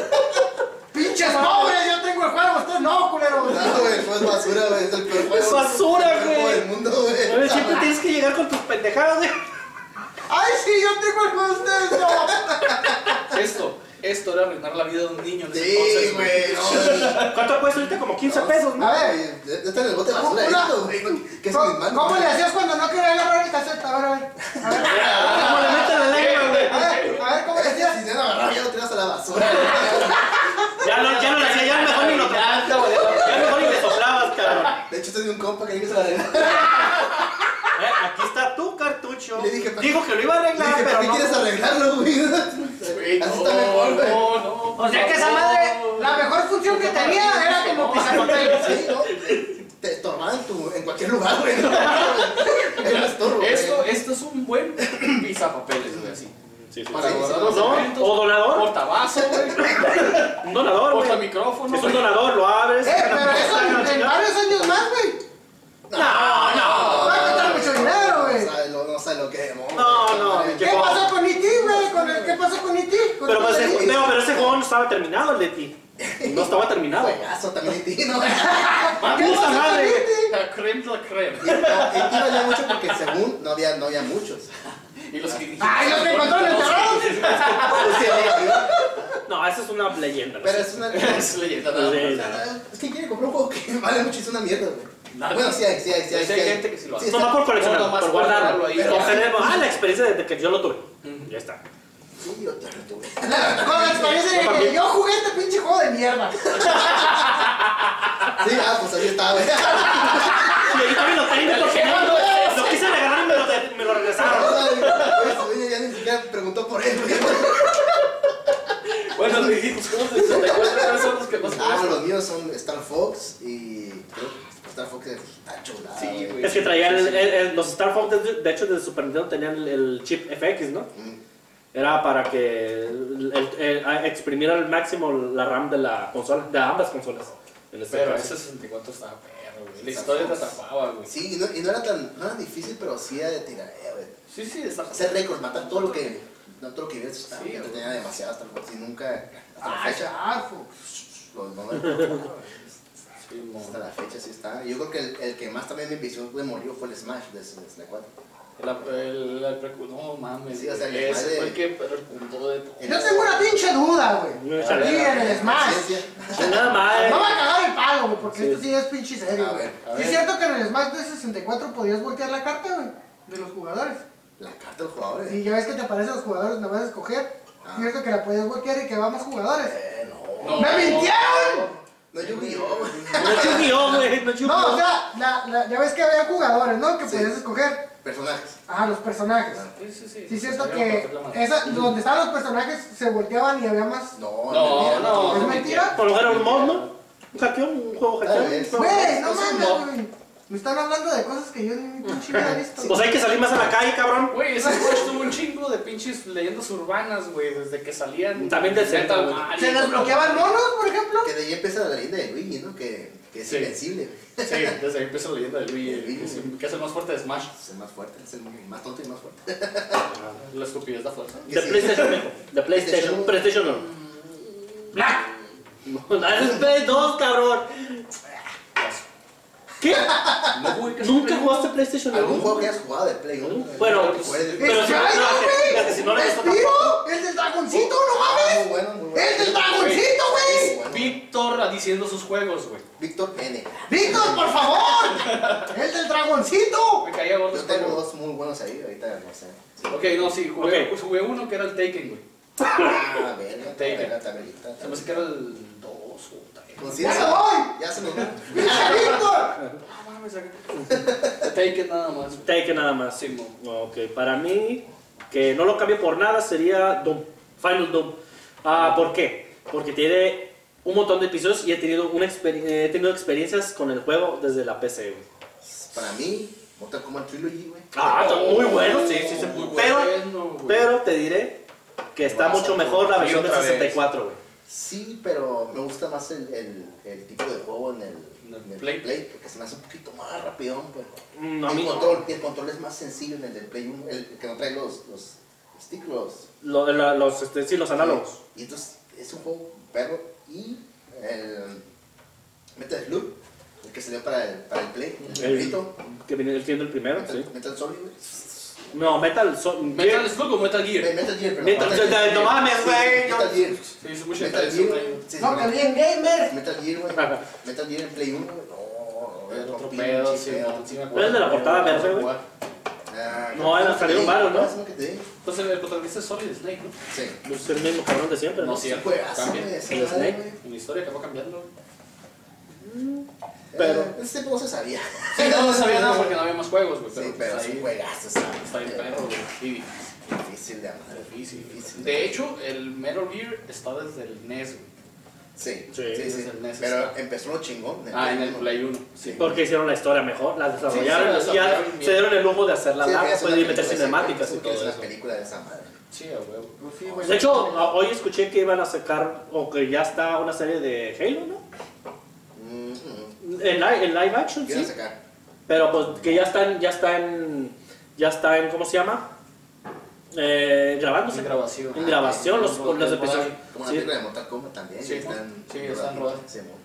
Speaker 4: ¡Pinches pobres! Yo tengo el juego, ustedes no,
Speaker 3: No,
Speaker 4: culeros.
Speaker 3: güey, no es basura, güey, es el peor juego.
Speaker 2: Es basura,
Speaker 3: el peor juego
Speaker 2: güey.
Speaker 3: del mundo, güey.
Speaker 2: Oye, Siempre tienes que llegar con tus pendejadas, güey.
Speaker 4: ¡Ay, sí! Yo tengo el juego, ustedes no.
Speaker 1: Esto, esto era arruinar la vida de un niño en ese
Speaker 3: Sí,
Speaker 1: entonces,
Speaker 3: güey, no.
Speaker 2: ¿Cuánto cuesta ahorita? Como 15 pesos, ¿no?
Speaker 4: A ver.
Speaker 3: Está en el bote de basura
Speaker 4: ¿Cómo-
Speaker 3: esto, güey. ¿Qué es mi
Speaker 4: ¿Cómo,
Speaker 3: mano?
Speaker 4: cómo le hacías cuando no quería agarrar el cassette? A ver, a ver. A ver,
Speaker 2: Como le meten la lengua, güey.
Speaker 4: a ver, a ver ¿cómo le hacías?
Speaker 3: Si se lo agarraba, ya lo tiras a la basura.
Speaker 2: Ya no, ya no le hacía, ya mejor ni lo ya mejor ni le soplabas, cabrón.
Speaker 3: De hecho, este es de un compa que le hizo la arreglar.
Speaker 2: Eh, aquí está tu cartucho.
Speaker 3: Le dije, ¿para
Speaker 2: Dijo que lo iba a
Speaker 3: Le
Speaker 2: arreglar,
Speaker 3: dije,
Speaker 2: pero
Speaker 3: ¿para qué
Speaker 2: no.
Speaker 3: quieres arreglarlo, güey?
Speaker 1: güey. No,
Speaker 3: Así está mejor, güey.
Speaker 1: no, no.
Speaker 4: O sea que esa madre, la mejor función que tenía era como pisapapeles.
Speaker 3: Sí, ¿no? Te estorban tu, en cualquier lugar, güey. Era un estorbo, güey.
Speaker 1: Esto, esto es un buen pisapapeles, güey, así.
Speaker 2: Sí, sí.
Speaker 1: Para
Speaker 3: sí,
Speaker 1: guardar
Speaker 3: sí,
Speaker 1: los
Speaker 2: No,
Speaker 1: documentos.
Speaker 2: o donador.
Speaker 1: Portabazo, güey.
Speaker 2: Un donador,
Speaker 1: Porta
Speaker 2: güey.
Speaker 1: micrófono.
Speaker 2: Es un donador, lo abres.
Speaker 4: Eh, pero eso
Speaker 2: sacan la
Speaker 4: en, en
Speaker 2: chingada.
Speaker 4: varios años más, güey.
Speaker 2: No, no.
Speaker 4: Va a costar mucho dinero, güey.
Speaker 3: No sabe lo, no sabe lo que es,
Speaker 2: No, no,
Speaker 3: güey.
Speaker 2: ¿Qué
Speaker 4: ¿Qué
Speaker 2: cosa?
Speaker 4: pasó con E.T., güey? ¿Con el- ¿Qué pasó con E.T.? ¿Con
Speaker 2: Pero,
Speaker 4: el-
Speaker 2: pues, ese, no, pero ese juego no estaba terminado, el de ti. No estaba terminado.
Speaker 3: Juegazo también, tío. No,
Speaker 4: ¿Qué
Speaker 2: Puta
Speaker 4: pasó con E
Speaker 2: madre.
Speaker 4: E.T.?
Speaker 1: La creme de la creme.
Speaker 3: Y no había mucho porque según no había, no había muchos.
Speaker 1: Y los que
Speaker 4: ¡Ay, los que encontraron enterrados!
Speaker 3: Sí, había,
Speaker 2: No, esa es una leyenda. ¿no?
Speaker 3: pero es una...
Speaker 1: Es leyenda, nada más.
Speaker 2: Sí.
Speaker 3: O sea, Es que quiere comprar un juego que vale mucho y es una mierda, güey.
Speaker 1: Nada.
Speaker 3: Bueno, sí hay, sí hay, sí hay.
Speaker 1: Sí, hay gente que sí lo hace.
Speaker 3: está-
Speaker 2: Nomás por coleccionar,
Speaker 1: No, nomás
Speaker 2: por
Speaker 1: por
Speaker 2: guardarlo.
Speaker 1: guardarlo ahí.
Speaker 2: Por tener- ah, la experiencia de que yo lo tuve. Ya está.
Speaker 3: Sí, yo te lo tuve.
Speaker 4: Con la experiencia de que yo jugué este pinche juego de mierda.
Speaker 3: Sí, ah, pues ahí está, güey.
Speaker 2: Ah, Y ahí también lo tengo porque no, lo, lo quise regalar y me lo, de- me lo regresaron.
Speaker 3: Oye, su dueño ya ni siquiera preguntó por él, güey.
Speaker 1: Bueno, los viejitos juegos de 64 son los que más
Speaker 3: Ah,
Speaker 1: cuestan.
Speaker 3: los míos son Star Fox y. creo que Star Fox está chulada.
Speaker 1: Sí,
Speaker 3: güey.
Speaker 1: güey.
Speaker 2: Es que traían
Speaker 1: Sí,
Speaker 2: el-
Speaker 1: sí.
Speaker 2: el- el- los Star Fox, de, de hecho, del Super Nintendo tenían el, el chip FX, ¿no?
Speaker 3: Mm.
Speaker 2: Era para que el- el- el- a- exprimiera al máximo la RAM de la consola, de ambas consolas. En este
Speaker 1: Pero
Speaker 2: caso.
Speaker 1: ese 64 estaba perro, güey. La historia te atrapaba, güey.
Speaker 3: Sí, y no, y no era tan no era difícil, pero sí era de tiradera, güey.
Speaker 1: Sí, sí, está
Speaker 3: Hacer récords, matar todo lo que. No, todo lo que vieras estaba
Speaker 1: Sí,
Speaker 3: bien,
Speaker 1: güey. ah,
Speaker 3: tenía demasiado Star Fox y nunca. Hasta la
Speaker 4: ¡Ay,
Speaker 3: fecha.
Speaker 4: chafo!
Speaker 1: pues.
Speaker 3: Los no lo encontraba, güey.
Speaker 1: Sí, mo.
Speaker 3: Hasta la fecha sí está. Yo creo que el, el que más también me envició de murió fue el Smash de Smash 4.
Speaker 1: El, el, el precu- No mames,
Speaker 3: Sí, o sea,
Speaker 1: güey, ese
Speaker 3: madre-
Speaker 1: fue el que repuntó de todo.
Speaker 4: Yo tengo una pinche duda, güey.
Speaker 2: No,
Speaker 4: Sí, en el Smash.
Speaker 2: Nada más.
Speaker 4: No va a cagar el palo, güey, porque
Speaker 2: Ah, Sí.
Speaker 4: esto sí es pinche serio.
Speaker 3: A
Speaker 4: güey.
Speaker 3: ver,
Speaker 1: a
Speaker 4: Sí
Speaker 1: ver.
Speaker 4: es cierto que en el Smash de 64 podías voltear la carta, güey, de los jugadores.
Speaker 3: La carta del jugador, eh. güey.
Speaker 4: Y ya ves que te aparecen los jugadores, nada más escoger.
Speaker 3: Ah.
Speaker 4: Es cierto que la podías voltear y que vamos jugadores.
Speaker 3: Eh, no.
Speaker 1: No.
Speaker 4: ¡Me mintieron!
Speaker 3: No, yo vi oh, yo, güey.
Speaker 2: No es Yu-Gi-Oh, güey. No es
Speaker 4: No, o
Speaker 2: Yu-Gi-Oh.
Speaker 4: sea, la- la- ya ves que había jugadores, ¿no? Que
Speaker 3: Sí.
Speaker 4: podías escoger.
Speaker 3: Personajes.
Speaker 4: Ah, los personajes.
Speaker 1: Sí, sí, sí.
Speaker 4: Sí, es cierto
Speaker 1: Era
Speaker 4: que
Speaker 1: para hacer la
Speaker 4: esa, donde estaban los personajes se volteaban y había más.
Speaker 3: No,
Speaker 1: No,
Speaker 3: mira,
Speaker 1: no.
Speaker 4: ¿Es mentira?
Speaker 2: Por lo general, un mod, ¿no? Un hackeo, un juego hackeo.
Speaker 3: Tal vez.
Speaker 2: un juego-
Speaker 4: Güey, no
Speaker 3: eso
Speaker 4: mames,
Speaker 3: no.
Speaker 4: güey. Me están hablando de cosas que yo ni ni pinche había visto.
Speaker 2: Pues hay que salir más a la calle, cabrón.
Speaker 1: Güey, ese Smash tuvo un chingo de pinches leyendas urbanas, güey, desde que salían.
Speaker 2: También del
Speaker 1: Metal
Speaker 2: centro, güey.
Speaker 1: Mario.
Speaker 4: ¿Se desbloqueaban monos, por ejemplo?
Speaker 3: Que de ahí empieza la leyenda de Luigi, ¿no? Que, que es
Speaker 1: Sí.
Speaker 3: invencible.
Speaker 1: Sí, desde ahí empieza la leyenda de Luigi, que es- que es el más fuerte de Smash.
Speaker 3: Es el más fuerte, es el más tonto y más fuerte.
Speaker 1: La estupidez da fuerza.
Speaker 2: De PlayStation, mijo. De PlayStation. PlayStation no. Black. No, no, ese es Play 2, cabrón. ¿Qué?
Speaker 1: No jugué
Speaker 2: ¿Nunca jugaste PlayStation
Speaker 3: ¿Algún juego
Speaker 2: uno?
Speaker 3: que hayas jugado de Play 1?
Speaker 2: Bueno,
Speaker 3: pues.
Speaker 2: Uh, Pero
Speaker 4: ¡Es
Speaker 2: si no-
Speaker 4: Gyro,
Speaker 2: no,
Speaker 4: güey!
Speaker 2: es que si no le
Speaker 4: ¡Es
Speaker 2: gusta
Speaker 4: Piro! ¡El del dragoncito, no mames!
Speaker 3: Muy bueno, muy bueno.
Speaker 4: ¡El del dragoncito, güey!
Speaker 3: Muy bueno.
Speaker 1: Víctor diciendo sus juegos, güey.
Speaker 3: Víctor N.
Speaker 4: ¡Víctor, por favor! ¡El del dragoncito!
Speaker 1: Me caía gordo.
Speaker 3: Yo
Speaker 1: este
Speaker 3: tengo
Speaker 1: juego.
Speaker 3: dos muy buenos ahí, ahorita no sé.
Speaker 1: Ok, no, sí, jugué, pues,
Speaker 2: Ok.
Speaker 1: jugué uno que era el Taken, güey.
Speaker 3: Ah, verga,
Speaker 1: Taken.
Speaker 3: verga, tabelita.
Speaker 1: Se me hace que era el 2 o 3.
Speaker 4: ¡Ya se
Speaker 3: Conciencia.
Speaker 4: voy!
Speaker 3: Ya se nos va.
Speaker 4: ¡Pinche Víctor!
Speaker 1: Ah, mames, acá. El Taken nada más. güey. Ah,
Speaker 2: Taken nada más.
Speaker 1: Sí, mo.
Speaker 2: Ok, para mí, que no lo cambio por nada, sería Doom, Final Doom. Ah, ¿Por qué? Porque tiene un montón de episodios y he tenido, una exper- eh, he tenido experiencias con el juego desde la PC. güey.
Speaker 3: Para mí, Mortal Kombat Trilogy, güey.
Speaker 2: Ah, está muy bueno, sí, sí, sí.
Speaker 1: Muy
Speaker 2: pero,
Speaker 1: bueno, güey.
Speaker 2: pero te diré que está
Speaker 3: Vas a
Speaker 2: mucho mejor la
Speaker 1: Sí,
Speaker 2: versión de
Speaker 1: otra vez.
Speaker 2: 64, güey.
Speaker 3: Sí, pero me gusta más el, el, el tipo de juego en el,
Speaker 1: En el
Speaker 3: en el
Speaker 1: Play.
Speaker 3: play. porque se me hace un poquito más rapidón, pues.
Speaker 2: Mm, a
Speaker 3: el,
Speaker 2: mí no.
Speaker 3: control, el control es más sencillo en el del Play 1, el que no trae los, los sticks, los
Speaker 2: Lo- la- los, este, sí, los análogos.
Speaker 3: Y entonces es un juego perro y el Metal Slug, el que salió para el, para el Play, el
Speaker 2: El-
Speaker 3: negrito,
Speaker 2: Que viene el siendo el primero, sí.
Speaker 3: Metal, Metal Solid, güey.
Speaker 2: No, Metal Sol-
Speaker 1: ¿Metal Slug o Metal Gear?
Speaker 3: Eh, Metal Gear, perdón.
Speaker 2: Metal- no mames,
Speaker 3: Sí,
Speaker 2: güey, yo-
Speaker 3: Metal Gear.
Speaker 1: Sí, es mucho
Speaker 3: Metal
Speaker 1: interesante,
Speaker 3: Gear,
Speaker 1: güey.
Speaker 3: sí,
Speaker 4: No, que
Speaker 3: no.
Speaker 4: bien gamer.
Speaker 3: Metal Gear, güey.
Speaker 2: Ajá.
Speaker 3: Metal Gear en Play 1, güey. No, güey,
Speaker 1: Otro
Speaker 3: pinche
Speaker 1: pedo, sí,
Speaker 3: pedo.
Speaker 1: no, sí me acuerdo.
Speaker 2: Pero es de la portada verde, güey.
Speaker 3: Ah,
Speaker 2: No,
Speaker 3: creo
Speaker 2: era-
Speaker 3: que
Speaker 2: salieron
Speaker 3: sí,
Speaker 2: varios, ¿no?
Speaker 3: es lo que te digo.
Speaker 1: Entonces el protagonista es Solid Snake, ¿no?
Speaker 3: Sí.
Speaker 2: Pues el mismo cabrón de siempre, ¿no?
Speaker 1: No, sí,
Speaker 3: Juegazo,
Speaker 1: también.
Speaker 3: güey, esa
Speaker 2: El
Speaker 3: madre,
Speaker 2: Snake.
Speaker 3: güey.
Speaker 1: Mi historia acabó cambiando.
Speaker 2: Pero-
Speaker 3: Eh, Este juego se sabía.
Speaker 1: Sí, no, no sabía nada porque no había más juegos, güey.
Speaker 3: Sí,
Speaker 1: pues,
Speaker 3: pero es
Speaker 1: ahí-
Speaker 3: un juegazo, ¿sabes?
Speaker 1: Está bien perro, güey. Y
Speaker 3: Difícil de amar.
Speaker 1: difícil, difícil.
Speaker 3: De
Speaker 1: De
Speaker 3: hecho.
Speaker 1: hecho, el Metal Gear está desde el NES, güey.
Speaker 3: Sí,
Speaker 2: Sí,
Speaker 3: sí, sí.
Speaker 1: es el NES
Speaker 3: Pero
Speaker 1: está.
Speaker 3: empezó lo chingón.
Speaker 1: Ah, en el Play 1.
Speaker 3: Sí.
Speaker 2: Porque hicieron la historia mejor, la desarrollaron,
Speaker 1: Sí, sí,
Speaker 2: y ya
Speaker 1: desarrollaron bien.
Speaker 2: se dieron el lujo de hacerla
Speaker 3: Sí,
Speaker 2: larga,
Speaker 3: es una
Speaker 2: pues, y meter
Speaker 3: película,
Speaker 2: cinemáticas
Speaker 3: sí,
Speaker 2: y
Speaker 3: porque Es
Speaker 2: todo
Speaker 3: una
Speaker 2: eso.
Speaker 3: película de esa madre.
Speaker 1: Sí, a huevo.
Speaker 4: Pues
Speaker 2: De hecho, a- hoy escuché que iban a sacar, o que ya está una serie de Halo, ¿no?
Speaker 3: Mm, mm.
Speaker 2: En, li- en live action,
Speaker 3: Quiero
Speaker 2: sí.
Speaker 3: sacar.
Speaker 2: Pero pues que ya están, ya están, ya están, ¿cómo se llama? Eh, grabándose.
Speaker 1: En grabación.
Speaker 2: En grabación, los,
Speaker 1: En
Speaker 2: los
Speaker 1: rodaje.
Speaker 2: episodios.
Speaker 3: Como la
Speaker 2: Sí.
Speaker 3: película de Mortal Kombat también.
Speaker 1: Sí,
Speaker 3: y están.
Speaker 1: sí, están rodando.
Speaker 3: Sí, mo.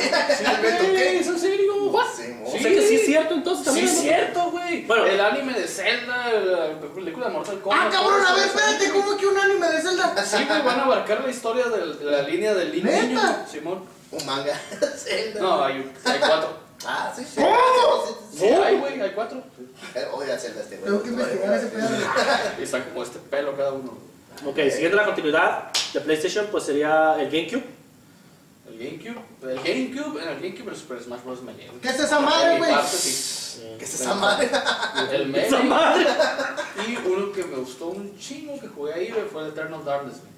Speaker 1: Sí,
Speaker 3: Alberto, ¿qué?
Speaker 1: ¿Es en serio? ¿What?
Speaker 3: Sí, mo.
Speaker 2: O
Speaker 1: Sí.
Speaker 2: sea que sí es cierto, entonces
Speaker 1: Sí,
Speaker 2: también.
Speaker 1: es
Speaker 2: ¿no?
Speaker 1: cierto, güey.
Speaker 2: Bueno.
Speaker 1: el anime de Zelda, la película de Mortal Kombat.
Speaker 4: Ah, cabrón, a
Speaker 1: todo
Speaker 4: ver,
Speaker 1: eso.
Speaker 4: espérate, ¿cómo que un anime de Zelda?
Speaker 1: Sí, güey, van a abarcar la historia de la, de la línea del niño.
Speaker 4: ¿Neta?
Speaker 1: niño, Simón.
Speaker 3: Un manga. Zelda.
Speaker 1: No, hay, hay cuatro.
Speaker 3: Ah, sí, sí.
Speaker 4: ¿Cómo?
Speaker 3: Sí, sí,
Speaker 1: Sí,
Speaker 3: sí.
Speaker 1: hay, güey, hay cuatro.
Speaker 3: Eh, Odia Zelda este güey.
Speaker 4: Tengo que investigar ese pedazo.
Speaker 1: Y están como este pelo cada uno.
Speaker 2: Ok, siguiendo la continuidad de PlayStation, pues sería el GameCube.
Speaker 1: El GameCube. El GameCube, en el GameCube el Super Smash Bros. Melee. güey.
Speaker 4: ¿Qué es esa madre,
Speaker 1: Mi
Speaker 4: güey?
Speaker 1: parte, sí.
Speaker 3: ¿Qué es esa madre?
Speaker 1: El
Speaker 2: ¡Esa
Speaker 1: Melee.
Speaker 2: madre!
Speaker 1: Y uno que me gustó un chingo que jugué ahí güey, fue el Eternal Darkness. güey.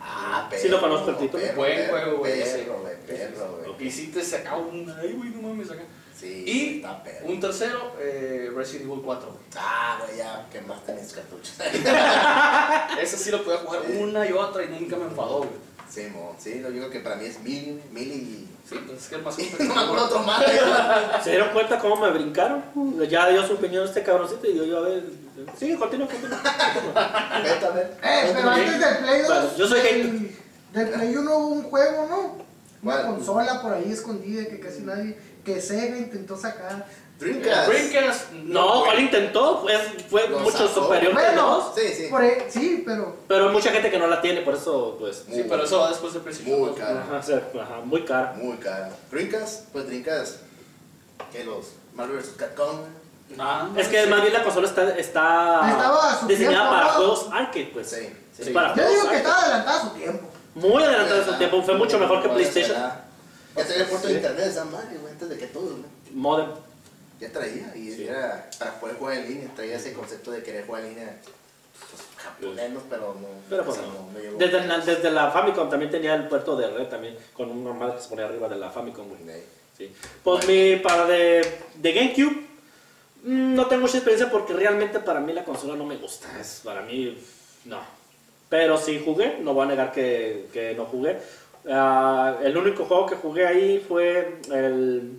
Speaker 3: Ah, perro.
Speaker 2: Sí lo conozco el título.
Speaker 3: perro,
Speaker 1: Buen
Speaker 3: perro,
Speaker 1: juego, güey, ese.
Speaker 3: Perro, güey, perro, güey.
Speaker 1: Y sí te sacaba un. Ay, güey, no mames, acá.
Speaker 3: Sí,
Speaker 1: Y
Speaker 3: está perro.
Speaker 1: Un tercero, eh, Resident Evil 4. güey.
Speaker 3: Ah, güey, ya quemaste mis cartuchos.
Speaker 1: Ese sí lo podía jugar
Speaker 3: Sí.
Speaker 1: una y otra y nunca me enfadó, güey.
Speaker 3: Sí, mo, sí, lo digo que para mí es mil, mil y...
Speaker 1: Sí, pues es que es más
Speaker 3: Sí,
Speaker 1: complejo.
Speaker 3: no me acuerdo otro más. güey.
Speaker 2: ¿Se dieron cuenta cómo me brincaron? Ya dio su opinión este cabroncito y yo, yo a ver. Sigue, continúa, continúa.
Speaker 3: Vete a ver.
Speaker 4: Eh, pero antes del Play 2.
Speaker 2: Bueno, yo soy
Speaker 4: del, del Play 1 hubo un juego, ¿no? Una
Speaker 3: ¿Cuál?
Speaker 4: consola por ahí escondida que casi nadie. Que Sega intentó sacar.
Speaker 3: Dreamcast.
Speaker 1: Dreamcast,
Speaker 2: No,
Speaker 1: güey.
Speaker 2: ¿cuál intentó? Pues, fue
Speaker 3: Lo
Speaker 2: mucho
Speaker 3: sacó.
Speaker 2: superior que
Speaker 4: Bueno.
Speaker 2: dos.
Speaker 3: Sí, sí.
Speaker 4: Por ahí- sí, pero.
Speaker 2: Pero hay mucha gente que no la tiene, por eso, pues.
Speaker 1: Sí, pero eso va después de PlayStation.
Speaker 3: Muy
Speaker 1: dos,
Speaker 3: caro.
Speaker 2: Ajá, o sea, ajá, muy caro.
Speaker 3: Muy caro. Dreamcast, pues Dreamcast. Que los Marvel vs. Capcom.
Speaker 1: güey. Ah,
Speaker 2: Es que
Speaker 1: sí.
Speaker 2: más bien la consola está,
Speaker 4: Estaba a
Speaker 2: está
Speaker 4: su
Speaker 2: diseñada
Speaker 4: tiempo,
Speaker 2: para
Speaker 4: ¿no?
Speaker 2: juegos arcade, pues.
Speaker 3: Sí.
Speaker 2: Es
Speaker 1: Sí.
Speaker 2: para
Speaker 4: Yo
Speaker 2: juegos
Speaker 4: digo que
Speaker 2: arcade.
Speaker 4: estaba adelantada a su tiempo.
Speaker 2: Muy adelantada su tiempo, fue mucho mejor que
Speaker 3: Muy
Speaker 2: PlayStation.
Speaker 3: adelantada. Ya traía el puerto de internet de esa madre, güey, antes de que todo, güey.
Speaker 2: Modem.
Speaker 3: Ya traía, y
Speaker 2: Sí.
Speaker 3: era para poder jugar en línea, traía ese concepto de querer jugar en línea. Pues, japonenos, pero no.
Speaker 2: Pero pues
Speaker 3: o sea,
Speaker 2: no.
Speaker 3: no llegó.
Speaker 2: Desde la, desde la Famicom también tenía el puerto de red también, con un normal que se ponía arriba de la Famicom, güey.
Speaker 3: Ok.
Speaker 2: Sí. Pues mi para de, de GameCube mm, no tengo mucha experiencia porque realmente para mí la consola no me gusta. Es para mí no. Pero sí jugué, no voy a negar que, que no jugué. Ah, el único juego que jugué ahí fue el.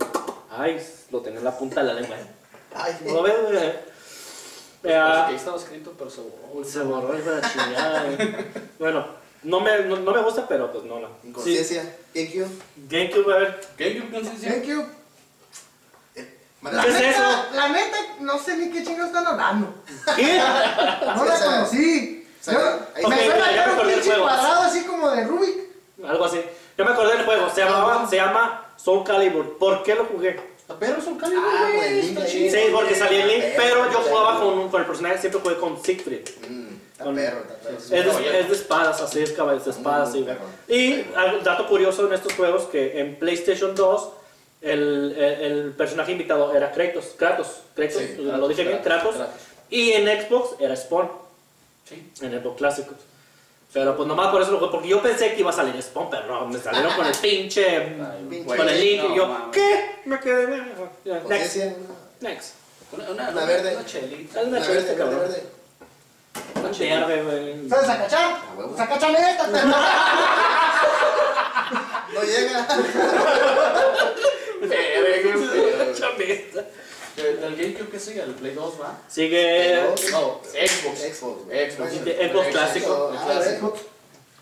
Speaker 2: Ay, lo tenía en la punta de la lengua. ¿eh?
Speaker 3: Ay,
Speaker 2: ¿Lo ves? güey?
Speaker 1: Parece
Speaker 2: Ah,
Speaker 1: que ahí estaba escrito, pero se borró. güey.
Speaker 2: se borró hijo de la chingada. güey. bueno, no me, no, no me gusta, pero pues no, no. Sí,
Speaker 3: Inconsciencia. Thank you.
Speaker 2: GameCube, a ver.
Speaker 1: GameCube, no sé si-
Speaker 4: Thank you.
Speaker 3: eh, Manda-
Speaker 2: ¿Qué es
Speaker 4: Neta,
Speaker 2: eso?
Speaker 4: La neta, no sé ni qué chingo están hablando.
Speaker 2: ¿Qué?
Speaker 3: Sí,
Speaker 4: No la
Speaker 3: o sea,
Speaker 4: conocí.
Speaker 3: o sea,
Speaker 4: Yo,
Speaker 2: está.
Speaker 3: ahí
Speaker 4: me suena
Speaker 2: Ok, ya
Speaker 4: que era un
Speaker 2: recordé el
Speaker 4: pinche
Speaker 2: juego.
Speaker 4: cuadrado así como de Rubik.
Speaker 2: Algo así. Ya me acordé del juego, se llamaba, se llama Soul Calibur. ¿Por qué lo jugué?
Speaker 1: Pero son cálidos,
Speaker 3: Ah,
Speaker 1: güey,
Speaker 3: güey,
Speaker 1: está
Speaker 3: lindo,
Speaker 1: chido.
Speaker 2: Sí, porque salía el Link, pero yo
Speaker 3: Perro,
Speaker 2: jugaba
Speaker 3: perro.
Speaker 2: con, un- con el personaje, siempre jugué con Siegfried.
Speaker 3: Mm,
Speaker 2: Pues,
Speaker 3: está
Speaker 2: Con-
Speaker 3: perro, está perro.
Speaker 2: Es de, es de espadas, así es caballos de espadas. Mm, sí, güey. y algo- dato curioso en estos juegos que en PlayStation 2 el, el- el personaje invitado era Kratos, Kratos, Kratos,
Speaker 3: Sí,
Speaker 2: lo dije bien, Kratos. Y en Xbox era Spawn,
Speaker 1: Sí.
Speaker 2: en Xbox clásicos. Pero pues nomás por eso lo jugué, porque yo pensé que iba a salir Spawn, pero no, me salieron con el pinche,
Speaker 1: Ay,
Speaker 2: con el link
Speaker 1: no,
Speaker 2: y yo,
Speaker 1: mames.
Speaker 2: ¿qué? Me quedé, ya,
Speaker 3: Pues
Speaker 2: next,
Speaker 3: sí, sí,
Speaker 2: next.
Speaker 1: Una, una,
Speaker 3: La verde.
Speaker 1: una chelita.
Speaker 2: Es una
Speaker 3: la
Speaker 2: chuleta,
Speaker 3: verde, verde,
Speaker 2: cabrón.
Speaker 3: verde.
Speaker 1: Una chelita.
Speaker 2: Verde, güey.
Speaker 4: ¿Sabes sacachar?
Speaker 3: A huevo.
Speaker 4: Sacachame esta,
Speaker 2: Ah,
Speaker 3: No
Speaker 4: perro.
Speaker 3: llega.
Speaker 2: Chamita.
Speaker 1: De- Del GameCube que sigue, el Play 2, ¿va?
Speaker 2: Sigue.
Speaker 1: No, Xbox.
Speaker 3: Xbox. güey.
Speaker 1: Xbox.
Speaker 2: Eh,
Speaker 3: Bueno,
Speaker 2: oh, Xbox clásico.
Speaker 1: El
Speaker 3: Ah,
Speaker 1: clásico.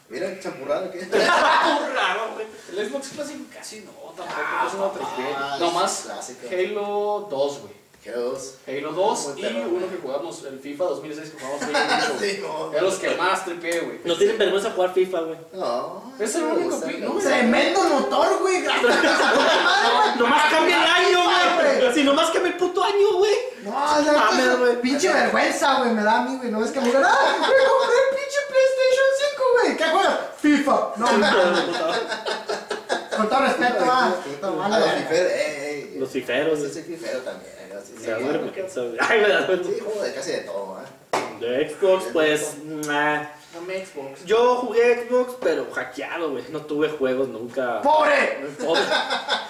Speaker 3: Mira, el champurrado que es.
Speaker 2: Raro, güey.
Speaker 1: El Xbox clásico casi no, tampoco. Es una 3D.
Speaker 3: ah,
Speaker 1: Nomás
Speaker 3: clásico.
Speaker 1: Halo 2, güey.
Speaker 3: Queda dos.
Speaker 1: Halo 2
Speaker 3: Muy
Speaker 1: y
Speaker 3: perro,
Speaker 1: uno
Speaker 3: güey.
Speaker 1: que jugamos, el FIFA 2006 que jugamos ahí mucho.
Speaker 3: Sí, no.
Speaker 1: Eran los que más tripeé, güey.
Speaker 2: Nos tienen vergüenza jugar FIFA, güey.
Speaker 3: No.
Speaker 1: Es el
Speaker 3: no me
Speaker 1: único
Speaker 3: gusta,
Speaker 1: pi-
Speaker 3: no
Speaker 1: no
Speaker 3: me
Speaker 1: me-
Speaker 4: Tremendo motor, güey.
Speaker 3: Ah,
Speaker 2: Nomás cambia el año, güey. Si nomás cambia el puto año, güey.
Speaker 4: No, no,
Speaker 2: Mames,
Speaker 4: no,
Speaker 2: güey.
Speaker 4: pinche vergüenza, güey, me da a mí, güey. No es que me digan, ah, me compré el pinche PlayStation 5, güey. ¿Qué juegas? FIFA. No,
Speaker 2: Hijo
Speaker 4: güey.
Speaker 2: de puta.
Speaker 4: con todo respeto, va.
Speaker 3: gusta.
Speaker 4: puta
Speaker 3: Ah,
Speaker 4: mala,
Speaker 3: los
Speaker 4: güey.
Speaker 3: fiferos, eh, eh.
Speaker 2: Los fiferos,
Speaker 3: Yo
Speaker 2: güey.
Speaker 3: soy fifero también. eh, yo sí, sí,
Speaker 2: Me da
Speaker 3: claro.
Speaker 2: vergüenza, güey. Ay, me da
Speaker 3: Sí,
Speaker 2: vergüenza.
Speaker 3: juego de casi de todo, ¿eh?
Speaker 2: De Xbox, pues. nah.
Speaker 1: Dame Xbox.
Speaker 2: Yo jugué Xbox, pero hackeado, güey. No tuve juegos nunca.
Speaker 4: ¡Pobre!
Speaker 2: Pobre.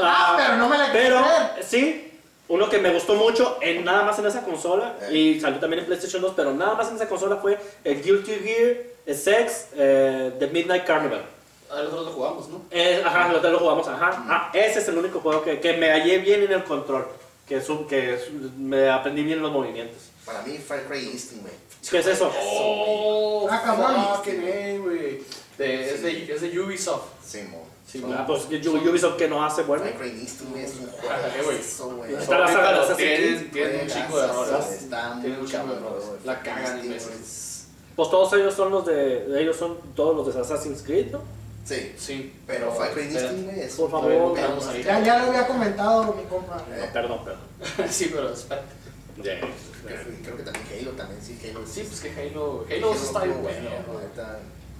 Speaker 4: Ah, pero no me la
Speaker 2: Pero,
Speaker 4: quiero
Speaker 2: sí, uno que me gustó mucho, en, nada más en esa consola,
Speaker 3: Eh.
Speaker 2: y salió también en PlayStation 2, pero nada más en esa consola fue el Guilty Gear, el Sex, eh, The Midnight Carnival.
Speaker 1: A los otros lo jugamos, ¿no?
Speaker 2: Eh, ajá, los dos lo jugamos, ajá. Ah, ese es el único juego que, que me hallé bien en el control, que, su- que su- me aprendí bien los movimientos.
Speaker 3: Para mí, Far Cry Instinct, güey.
Speaker 2: ¿Qué es eso?
Speaker 1: ¡Oh!
Speaker 4: Ah, cabrón.
Speaker 1: fucking A, güey. De- Es de es de Ubisoft.
Speaker 3: Sí, mo.
Speaker 1: Sí,
Speaker 3: Son-
Speaker 2: Ah, pues yo- Ubisoft que no hace bueno.
Speaker 3: Far Cry Instinct, güey, es un
Speaker 1: Ah, güey.
Speaker 3: juegazo, güey.
Speaker 2: Está la saga de Assassin's
Speaker 1: Tienen-
Speaker 2: Creed.
Speaker 1: tienen un chico de errores.
Speaker 3: Está
Speaker 1: Tienen
Speaker 3: muy
Speaker 1: un chingo de
Speaker 3: cabrón,
Speaker 1: errores.
Speaker 3: güey.
Speaker 1: La cagan
Speaker 3: Instinct,
Speaker 1: imbéciles.
Speaker 3: güey.
Speaker 2: Pues todos ellos son los de, ellos son todos los de Assassin's Creed, ¿no?
Speaker 3: Sí,
Speaker 1: Sí.
Speaker 3: pero Far Cry Instinct, güey, es
Speaker 2: Por
Speaker 3: un
Speaker 2: favor,
Speaker 3: juego
Speaker 2: no
Speaker 3: cabrón.
Speaker 1: vamos ahí.
Speaker 4: Ya, ya lo había comentado mi compa.
Speaker 2: No, Ah,
Speaker 3: eh,
Speaker 2: perdón, perdón.
Speaker 1: sí, pero espérate.
Speaker 3: Creo creo que también Halo, también sí, Halo.
Speaker 1: Sí, pues que Halo. Halo 2 está bien bueno, güey,
Speaker 3: ahorita.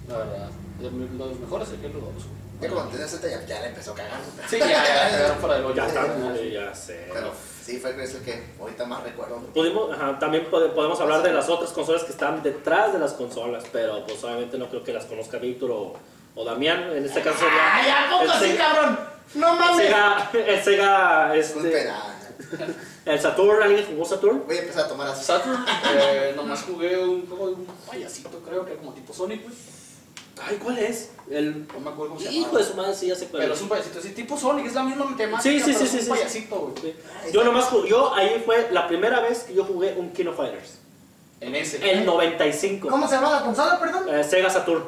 Speaker 1: La verdad. De mi- Los mejores es Halo 2. güey.
Speaker 3: Ya cuando tenés esta ya, ya la empezó a cagar. güey.
Speaker 1: Sí, ya, ya, ya, ya, fuera del hoyo.
Speaker 2: Ya está, ya sé.
Speaker 3: Pero sí, Far Cry es el que ahorita más recuerdo.
Speaker 2: Pudimos, ajá, también pode- podemos hablar de las otras consolas que están detrás de las consolas, pero pues obviamente no creo que las conozca Víctor o, o Damián. En este caso sería.
Speaker 4: ¡Ay, ya, poco
Speaker 2: el
Speaker 4: así,
Speaker 2: Sega-
Speaker 4: cabrón! ¡No mames!
Speaker 2: Sega, el Sega,
Speaker 3: Disculpe,
Speaker 2: este,
Speaker 3: nada.
Speaker 2: el Saturn, ¿alguien jugó Saturn?
Speaker 3: ah, Voy a empezar a tomar así.
Speaker 1: Saturn, eh, nomás jugué un juego de un payasito, creo que era como tipo Sonic, güey.
Speaker 2: Ay, ¿cuál es? El
Speaker 1: No me acuerdo cómo se llamaba.
Speaker 2: hijo de su madre, sí, ya sé cuál
Speaker 1: Pero es
Speaker 2: es.
Speaker 1: un payasito, sí, tipo Sonic, es la misma temática,
Speaker 2: Sí, sí,
Speaker 1: pero
Speaker 2: sí,
Speaker 1: es
Speaker 2: sí,
Speaker 1: un
Speaker 2: sí.
Speaker 1: payasito, güey.
Speaker 2: Sí. Yo nomás jugué, yo ahí fue la primera vez que yo jugué un Kino Fighters.
Speaker 1: En ese.
Speaker 2: El 95.
Speaker 4: ¿Cómo se llama la consola, perdón?
Speaker 2: Eh, Sega Saturn.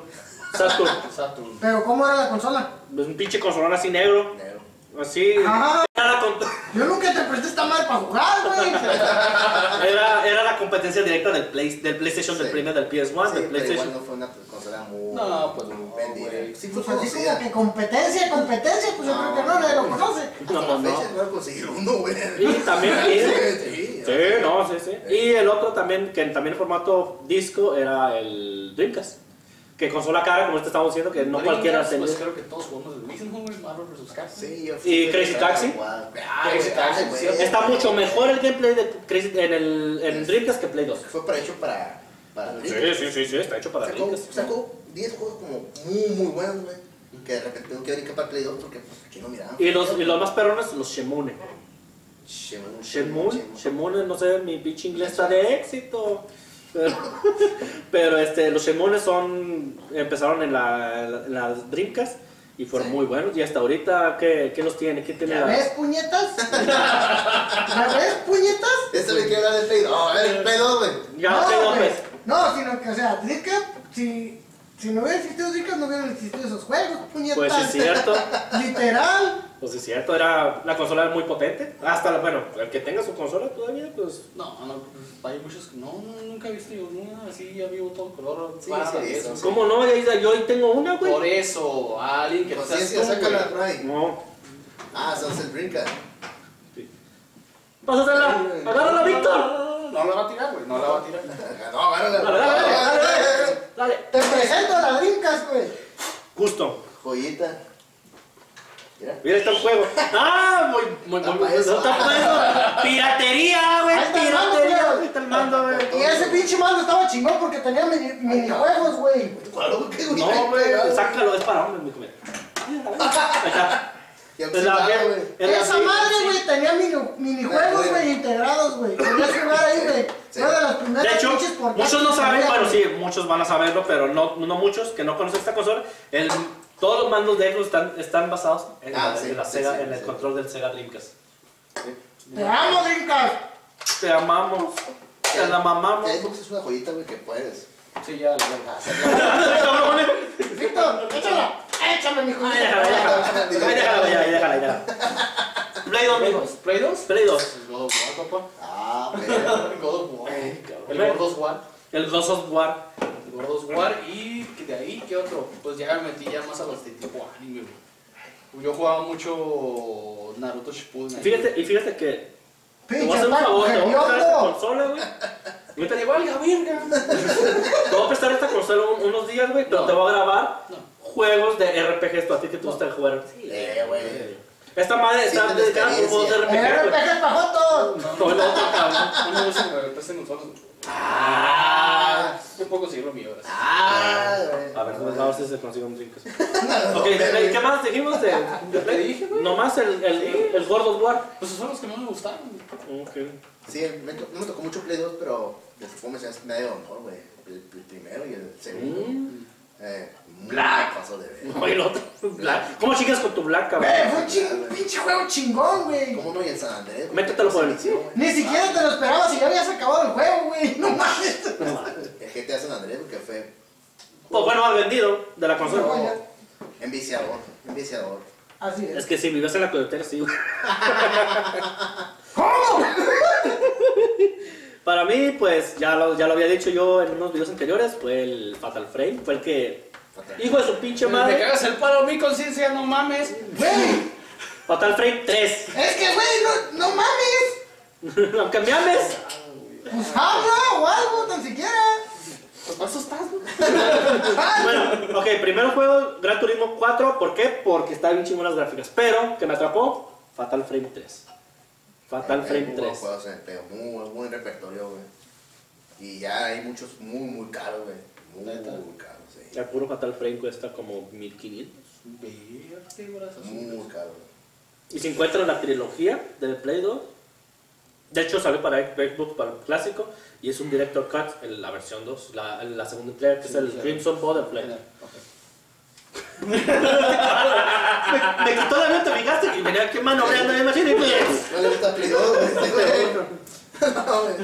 Speaker 2: Saturn.
Speaker 1: Saturn.
Speaker 4: Pero, ¿cómo era la consola?
Speaker 2: Es un pinche consolón así negro.
Speaker 3: Negro.
Speaker 2: Así.
Speaker 4: Ajá.
Speaker 2: Era la contra-
Speaker 4: Yo nunca te presté esta madre para jugar, güey.
Speaker 2: Era, era la competencia directa del, Play, del PlayStation, del
Speaker 3: Sí.
Speaker 2: primer, del PS1,
Speaker 3: Sí,
Speaker 2: del
Speaker 3: pero igual
Speaker 2: PlayStation.
Speaker 3: no fue una consola muy.
Speaker 1: No, pues no,
Speaker 3: muy
Speaker 1: güey.
Speaker 3: vendida. Sí, fue
Speaker 4: Pues así
Speaker 3: conocida.
Speaker 4: como que competencia, competencia, pues yo creo que no, nadie lo conoce.
Speaker 2: No,
Speaker 3: Hasta la
Speaker 2: no.
Speaker 3: fecha no he conseguido uno, güey.
Speaker 2: Y también. y-
Speaker 3: Sí,
Speaker 2: sí, no, sí, sí. Y el otro también, que también en formato disco, era el Dreamcast. Que consola cara, como te estamos diciendo, que no cualquiera
Speaker 1: Dreamcast,
Speaker 2: tenía.
Speaker 1: Pues creo que todos jugamos el mismo, güey, Marvel vs. Capcom.
Speaker 3: Sí, yo
Speaker 2: ¿Y Crazy
Speaker 3: Ah,
Speaker 2: Taxi?
Speaker 3: guau.
Speaker 1: Crazy Taxi,
Speaker 3: güey.
Speaker 1: sí.
Speaker 2: Está mucho mejor el gameplay de Crazy- en el en Dreamcast que Play 2.
Speaker 3: Fue para hecho para. para
Speaker 2: Sí, sí, sí, sí, está hecho para
Speaker 3: Sacó,
Speaker 2: Dreamcast.
Speaker 3: sacó 10 juegos como muy, muy buenos, güey. Que de repente tengo que brincar para Play 2 porque pues, aquí no miraban.
Speaker 2: Y los, y los más perrones, los Shemune.
Speaker 3: Shenmue.
Speaker 2: Shemun, Shemun, no sé, mi pinche inglés está de éxito. Pero, pero, este, los Shemunes son, empezaron en la, en las Dreamcast y fueron
Speaker 3: Sí.
Speaker 2: muy buenos. Y hasta ahorita, ¿qué, qué los tiene? ¿Qué tiene
Speaker 4: ¿Ya
Speaker 2: la-
Speaker 4: ves, puñetas? ¿Ya ves, puñetas?
Speaker 3: Este me quiere hablar del Play 2. A ver, el Play 2, güey.
Speaker 2: Ya,
Speaker 4: no,
Speaker 2: tengo,
Speaker 4: güey.
Speaker 2: pues.
Speaker 4: No, sino que, o sea, Dreamcast, si, si no hubiera existido Dreamcast, no hubieran existido esos juegos, puñetas.
Speaker 2: Pues es cierto.
Speaker 4: Literal.
Speaker 2: Pues es cierto, era, la consola era muy potente. Hasta, la- bueno, el que tenga su consola todavía, pues...
Speaker 1: No, no, pues, hay muchos que no, no, nunca he visto yo una así, ya vivo todo color.
Speaker 3: Sí,
Speaker 1: para
Speaker 3: sí,
Speaker 1: eso,
Speaker 3: sí.
Speaker 2: ¿Cómo no? Ya- ya- Yo hoy tengo una, güey.
Speaker 1: Por eso, alguien que no seas
Speaker 3: Conciencia,
Speaker 1: tú,
Speaker 3: sácala,
Speaker 1: güey.
Speaker 3: Ray.
Speaker 2: No.
Speaker 3: Ah, Sunset Brinca.
Speaker 2: Pásatela. Agárrala, Víctor.
Speaker 1: No la va a tirar, güey, no la va a tirar.
Speaker 3: No, agárrala.
Speaker 2: Dale, dale, dale, dale, dale.
Speaker 4: Te presento a la brincas, güey.
Speaker 2: Justo.
Speaker 3: Joyita. Mira.
Speaker 2: Mira, está el juego. ¡Ah! Muy, muy,
Speaker 3: Tapa
Speaker 2: muy, no
Speaker 3: eso.
Speaker 2: está juego. ¡Piratería, güey!
Speaker 4: Ahí está el mando,
Speaker 2: ¡Piratería!
Speaker 4: claro.
Speaker 2: Ahí está el mando, güey.
Speaker 4: Y ese pinche mando estaba chingón porque tenía mini- minijuegos, güey.
Speaker 3: Claro, qué güey.
Speaker 2: No, güey. Sácalo, es para hombres, mi comida. Ahí está.
Speaker 3: Y
Speaker 2: Es la
Speaker 3: auxiliar,
Speaker 2: que-
Speaker 3: güey.
Speaker 2: es la
Speaker 4: Esa
Speaker 2: que-
Speaker 4: madre, güey, tenía mini- minijuegos,
Speaker 3: Sí.
Speaker 4: güey, integrados, güey. Podías jugar ahí, güey.
Speaker 3: Sí.
Speaker 4: Fue de las
Speaker 2: De
Speaker 4: primeras
Speaker 2: hecho,
Speaker 4: pinches portátiles
Speaker 2: muchos no
Speaker 4: que
Speaker 2: saben,
Speaker 4: había,
Speaker 2: bueno,
Speaker 4: güey.
Speaker 2: sí, muchos van a saberlo, pero no, no muchos que no conocen esta consola. El- todos los mandos de Xbox están, están basados en,
Speaker 3: Ah,
Speaker 2: la,
Speaker 3: sí,
Speaker 2: en la
Speaker 3: sí,
Speaker 2: Sega,
Speaker 3: sí,
Speaker 2: en el
Speaker 3: sí.
Speaker 2: control del Sega Dreamcast.
Speaker 4: Te amo, brincas.
Speaker 2: Te amamos, te la mamamos.
Speaker 3: Xbox es una joyita, güey, que puedes.
Speaker 1: Sí, ya, ya.
Speaker 2: Ay, cabrones.
Speaker 4: Víctor, échala. Échame, mi
Speaker 2: Ay, déjala,
Speaker 4: joder.
Speaker 2: déjala. Ay, déjala, ya, ya, déjala, ya. Play 2,
Speaker 1: ¿Play
Speaker 2: amigos.
Speaker 1: 2? ¿Play 2?
Speaker 2: Play 2.
Speaker 1: Pues, God of War, papá.
Speaker 3: Ah, pero.
Speaker 1: God of War. El
Speaker 2: Play-
Speaker 1: God of War.
Speaker 2: El God of War.
Speaker 1: El God of War. Y que de ahí, ¿qué otro? Pues ya me metí ya más a los de tipo anime, güey. Yo jugaba mucho Naruto Shippuden. ahí.
Speaker 2: Fíjate, y fíjate que. Te voy a
Speaker 4: Pinche
Speaker 2: hacer un
Speaker 4: taco,
Speaker 2: favor, te voy a prestar esta
Speaker 4: geniondo.
Speaker 2: consola, güey. Yo
Speaker 1: Te
Speaker 2: Te
Speaker 1: le valga verga.
Speaker 2: te voy a prestar esta consola un- unos días, güey, pero
Speaker 1: No.
Speaker 2: te voy a grabar
Speaker 1: No.
Speaker 2: juegos de RPGs. tú, A ti que te gusta jugar.
Speaker 3: Eh, güey.
Speaker 2: Esta madre está
Speaker 3: Siente la
Speaker 2: dedicada a juegos de
Speaker 3: experiencia.
Speaker 2: RPG, güey.
Speaker 4: RPGs pajotos.
Speaker 2: Todo el otro, cabrón.
Speaker 1: No me gusta que me presten consolas.
Speaker 3: Ah.
Speaker 1: Yo puedo conseguir lo mío ahora sí.
Speaker 3: Ah, güey.
Speaker 2: A ver, vamos a ver si se consigue un drink.
Speaker 3: No,
Speaker 2: Ok,
Speaker 3: güey.
Speaker 2: ¿qué más dijimos de, de
Speaker 1: Te
Speaker 2: Play?
Speaker 1: dije, güey.
Speaker 2: Nomás el, el, el God of War.
Speaker 1: Pues esos son los que más me gustaron. güey.
Speaker 2: Ok.
Speaker 3: Sí, me to- no me tocó mucho Play 2, pero les puedo mencionar me da de honor, güey. El, el primero y el segundo.
Speaker 2: ¿Mm?
Speaker 3: Eh, Black. Pasó de ver.
Speaker 2: No, y el otro. Black. ¿Cómo chicas con tu black, cabrón?
Speaker 4: Güey, fue un chin- pinche juego chingón, güey.
Speaker 3: ¿Cómo no? Y el San Andrés. güey.
Speaker 2: Métetelo por el-
Speaker 3: Selección,
Speaker 4: Ni
Speaker 3: güey.
Speaker 4: siquiera te lo esperabas y ya habías acabado el juego, güey. No mames.
Speaker 2: No mames.
Speaker 3: Ah, El GTA San Andrés, porque fue
Speaker 2: Pues bueno, al vendido de la consola.
Speaker 4: No, ya.
Speaker 3: enviciador. Enviciador.
Speaker 4: Así
Speaker 2: Es
Speaker 4: es.
Speaker 2: que si vivías en la coyotera, sí. güey.
Speaker 4: ¿Cómo?
Speaker 2: Para mí, pues ya lo, ya lo había dicho yo en unos videos anteriores, fue el Fatal Frame. Fue el que. Hijo de su pinche
Speaker 1: Me
Speaker 2: madre.
Speaker 1: cagas el palo, mi conciencia, no mames.
Speaker 4: Güey,
Speaker 2: Fatal Frame 3.
Speaker 4: es que, güey, no, no mames.
Speaker 2: Aunque me ames.
Speaker 4: Pues habla o algo, tan siquiera.
Speaker 1: Pues para eso estás, güey.
Speaker 2: Bueno, ok, primero juego Gran Turismo 4. ¿Por qué? Porque está bien chingón las gráficas. Pero, que me atrapó, Fatal Frame 3. Fatal
Speaker 3: Hay
Speaker 2: Frame
Speaker 3: muy buenos
Speaker 2: 3.
Speaker 3: juegos en el Play, este, muy buen- buen repertorio, güey. Y ya hay muchos muy, muy caros, güey. Muy,
Speaker 1: ¿Neta?
Speaker 3: muy caros, sí.
Speaker 2: El puro Fatal Frame cuesta como 1500.
Speaker 1: Verte, brazos.
Speaker 3: Muy, muy caros. güey.
Speaker 2: Y se encuentra la trilogía del Play 2. De hecho, salió para Xbox, para el clásico. Y es un Director Cut, en la versión 2, la, la segunda entrega, que
Speaker 1: Sí,
Speaker 2: es el
Speaker 1: sí.
Speaker 2: Crimson Ball del Play.
Speaker 1: Ok.
Speaker 2: Me quitó la vida, te fijaste, y venía que manoreando de machine. y- pues,
Speaker 3: No le gusta Play 2, güey. Este güey. No, güey.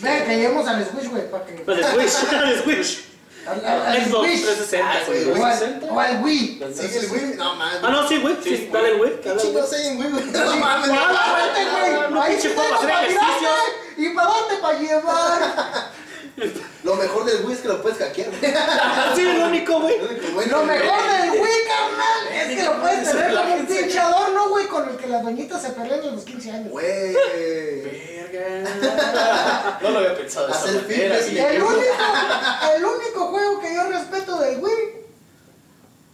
Speaker 4: Ve, que lleguemos al Switch, güey, para que.
Speaker 2: Pues el Switch, el Switch.
Speaker 4: Al, al- al
Speaker 2: Xbox
Speaker 4: Switch.
Speaker 2: 360.
Speaker 3: Ah, güey,
Speaker 2: güey.
Speaker 4: O al, o al Wii.
Speaker 3: Sigue el Wii, no mames.
Speaker 2: Ah, no, sí, güey. Sí, dale, güey.
Speaker 3: ¿Qué
Speaker 2: dale, güey.
Speaker 3: chingados hay en Wii, güey? Ah, No mames.
Speaker 4: No, aguante, güey.
Speaker 2: no,
Speaker 4: Ahí
Speaker 2: pinche
Speaker 4: sí
Speaker 2: juego,
Speaker 4: tengo
Speaker 2: hacer
Speaker 4: para
Speaker 2: ejercicio.
Speaker 4: tirarte y para darte para llevar.
Speaker 3: Lo mejor del Wii es que lo puedes hackear.
Speaker 2: Ah, Sí, el único, güey.
Speaker 4: Lo mejor del Wii, carnal, es que lo puedes tener como un pinche adorno, güey, con el que las doñitas se pelean a los 15 años.
Speaker 3: Güey.
Speaker 1: Verga. No lo había pensado de esa
Speaker 3: Hacer
Speaker 1: manera.
Speaker 3: fitness y-
Speaker 1: sí.
Speaker 4: El único, el único juego que yo respeto del Wii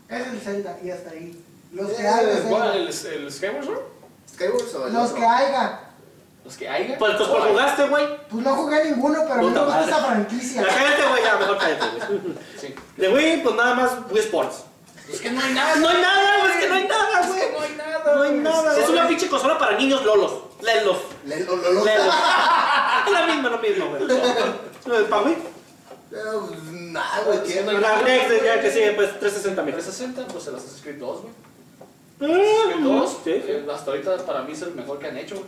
Speaker 4: es el Zelda y hasta ahí. Los que
Speaker 3: Eh,
Speaker 4: hay de
Speaker 1: ¿Cuál?
Speaker 4: Zelda.
Speaker 1: ¿El, el Skyward Sword?
Speaker 3: Skyward Sword.
Speaker 4: Los que haya.
Speaker 1: Los que hay.
Speaker 2: Pues, pues, pues jugaste, güey.
Speaker 4: Pues no jugué ninguno, pero a mí me
Speaker 2: Puta
Speaker 4: gusta
Speaker 2: madre.
Speaker 4: esa
Speaker 2: Ya,
Speaker 4: franquicia.
Speaker 2: cállate, güey. Ya, mejor cállate, güey.
Speaker 1: Sí.
Speaker 2: De Wii, pues nada más Wii Sports.
Speaker 1: Es que no hay nada.
Speaker 2: No hay nada, güey. Es que no hay nada,
Speaker 1: Es
Speaker 2: güey.
Speaker 1: que no hay nada.
Speaker 2: No hay
Speaker 1: güey.
Speaker 2: nada. Es
Speaker 1: Sorry.
Speaker 2: una pinche consola para niños lolos. Lelos.
Speaker 3: Le- lo- lo- lo-
Speaker 2: Lelos. Es la misma, lo mismo, güey. Eh, ¿Pa' Wii?
Speaker 3: Pero, Nah, güey, tiene
Speaker 1: No,
Speaker 2: La Next, ya que sigue, pues 360 mil.
Speaker 1: 360, pues el Assassin's Creed 2, güey.
Speaker 2: Ah,
Speaker 1: Creed 2,
Speaker 2: sí, sí.
Speaker 1: eh, hasta ahorita para mí es el mejor que han hecho, güey.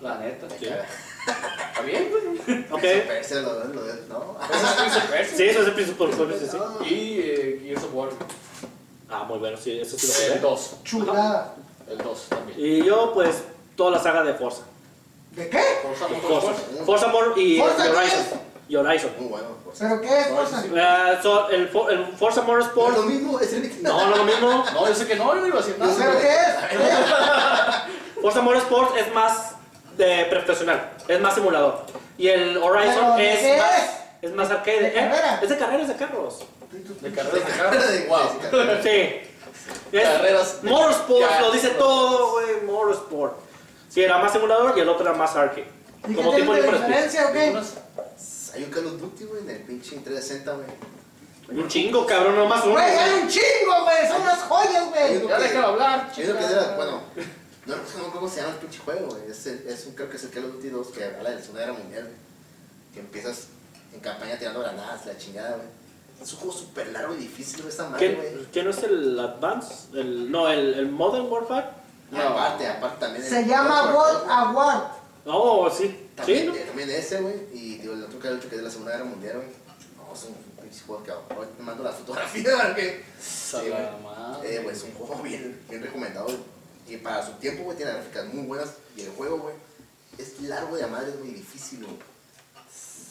Speaker 1: La neta.
Speaker 2: Sí.
Speaker 1: Está bien, güey.
Speaker 2: Ok.
Speaker 3: Perse, lo- lo- lo- No. Ah,
Speaker 1: Ese es Prince of Persia.
Speaker 2: Sí, eso es el principal juego, sí, sí.
Speaker 1: Y eh, Gears of War.
Speaker 2: Ah, muy bueno, sí, eso sí lo
Speaker 1: El
Speaker 2: jugué.
Speaker 1: 2.
Speaker 4: Chulada.
Speaker 1: El 2 también.
Speaker 2: Y yo, pues, toda la saga de Forza.
Speaker 4: ¿De qué?
Speaker 1: Forza
Speaker 2: Forza,
Speaker 1: Motorsport.
Speaker 2: Forza Motor y, y
Speaker 4: ¿Forza qué
Speaker 2: Horizon. Y Horizon.
Speaker 3: Muy bueno. por cierto.
Speaker 4: ¿Pero qué es
Speaker 3: No,
Speaker 4: Forza?
Speaker 3: sí.
Speaker 2: Eh, so- el, For- el Forza
Speaker 3: Por
Speaker 2: Motorsport.
Speaker 3: lo mismo, es el
Speaker 2: No, no es lo mismo.
Speaker 1: No, yo sé que no, yo no iba a decir
Speaker 4: ¿Pero
Speaker 1: nada.
Speaker 4: qué es?
Speaker 2: Forza Motorsport es más de profesional, es más simulador. Y el
Speaker 4: ¿Pero
Speaker 2: Horizon
Speaker 4: de
Speaker 2: es
Speaker 4: qué
Speaker 2: más,
Speaker 4: es?
Speaker 2: es más arcade.
Speaker 4: ¿De
Speaker 2: ¿Eh?
Speaker 4: carrera?
Speaker 2: Es de carreras de carros.
Speaker 1: De
Speaker 3: De
Speaker 1: carreras de carros. Wow.
Speaker 3: carreras.
Speaker 2: Sí. Es
Speaker 1: Carreras.
Speaker 2: Motorsport,
Speaker 1: Ya.
Speaker 2: lo dice todo, güey. Motorsport. Sí, era más simulador y el otro era más arcade.
Speaker 4: ¿Y qué
Speaker 2: Como tipo
Speaker 4: tiene de
Speaker 2: Need for Speed.
Speaker 4: diferencia o qué?
Speaker 1: Algunas-
Speaker 3: Hay un Call of Duty, güey, en el pinche 360, güey.
Speaker 2: Un chingo, cabrón, nomás uno.
Speaker 4: Güey, hay
Speaker 2: güey.
Speaker 4: un chingo, güey. Son unas joyas,
Speaker 3: Hay
Speaker 4: güey.
Speaker 3: uno
Speaker 1: Ya
Speaker 3: que-
Speaker 1: déjalo hablar,
Speaker 3: Yo creo que
Speaker 1: chica.
Speaker 3: era, bueno, no recuerdo cómo se llama el pinche juego, güey. Es, el- es un, creo que es el Call of Duty 2 que habla de la Segunda Guerra Mundial, güey. Que empiezas en campaña tirando granadas, la chingada, güey. Es un juego súper largo y difícil, güey, esa madre, güey.
Speaker 2: ¿Qué, qué no es el Advance? El- no, el, el Modern Warfare.
Speaker 3: Y aparte, aparte también.
Speaker 4: Se
Speaker 3: el-
Speaker 4: llama
Speaker 3: otro,
Speaker 4: God Award.
Speaker 2: No, Oh, sí. Sí,
Speaker 3: También,
Speaker 2: ¿no?
Speaker 3: también ese, güey. Y digo, el otro Call of Duty que es de la Segunda Guerra Mundial, güey. No, es un pinche juego que ahora te mando la fotografía, güey. Sí, güey.
Speaker 1: Sala madre.
Speaker 3: Eh, güey, es un juego bien, bien recomendado. güey. Y para su tiempo, güey, tiene gráficas muy buenas. Y el juego, güey, es largo de a madre, es muy difícil, güey.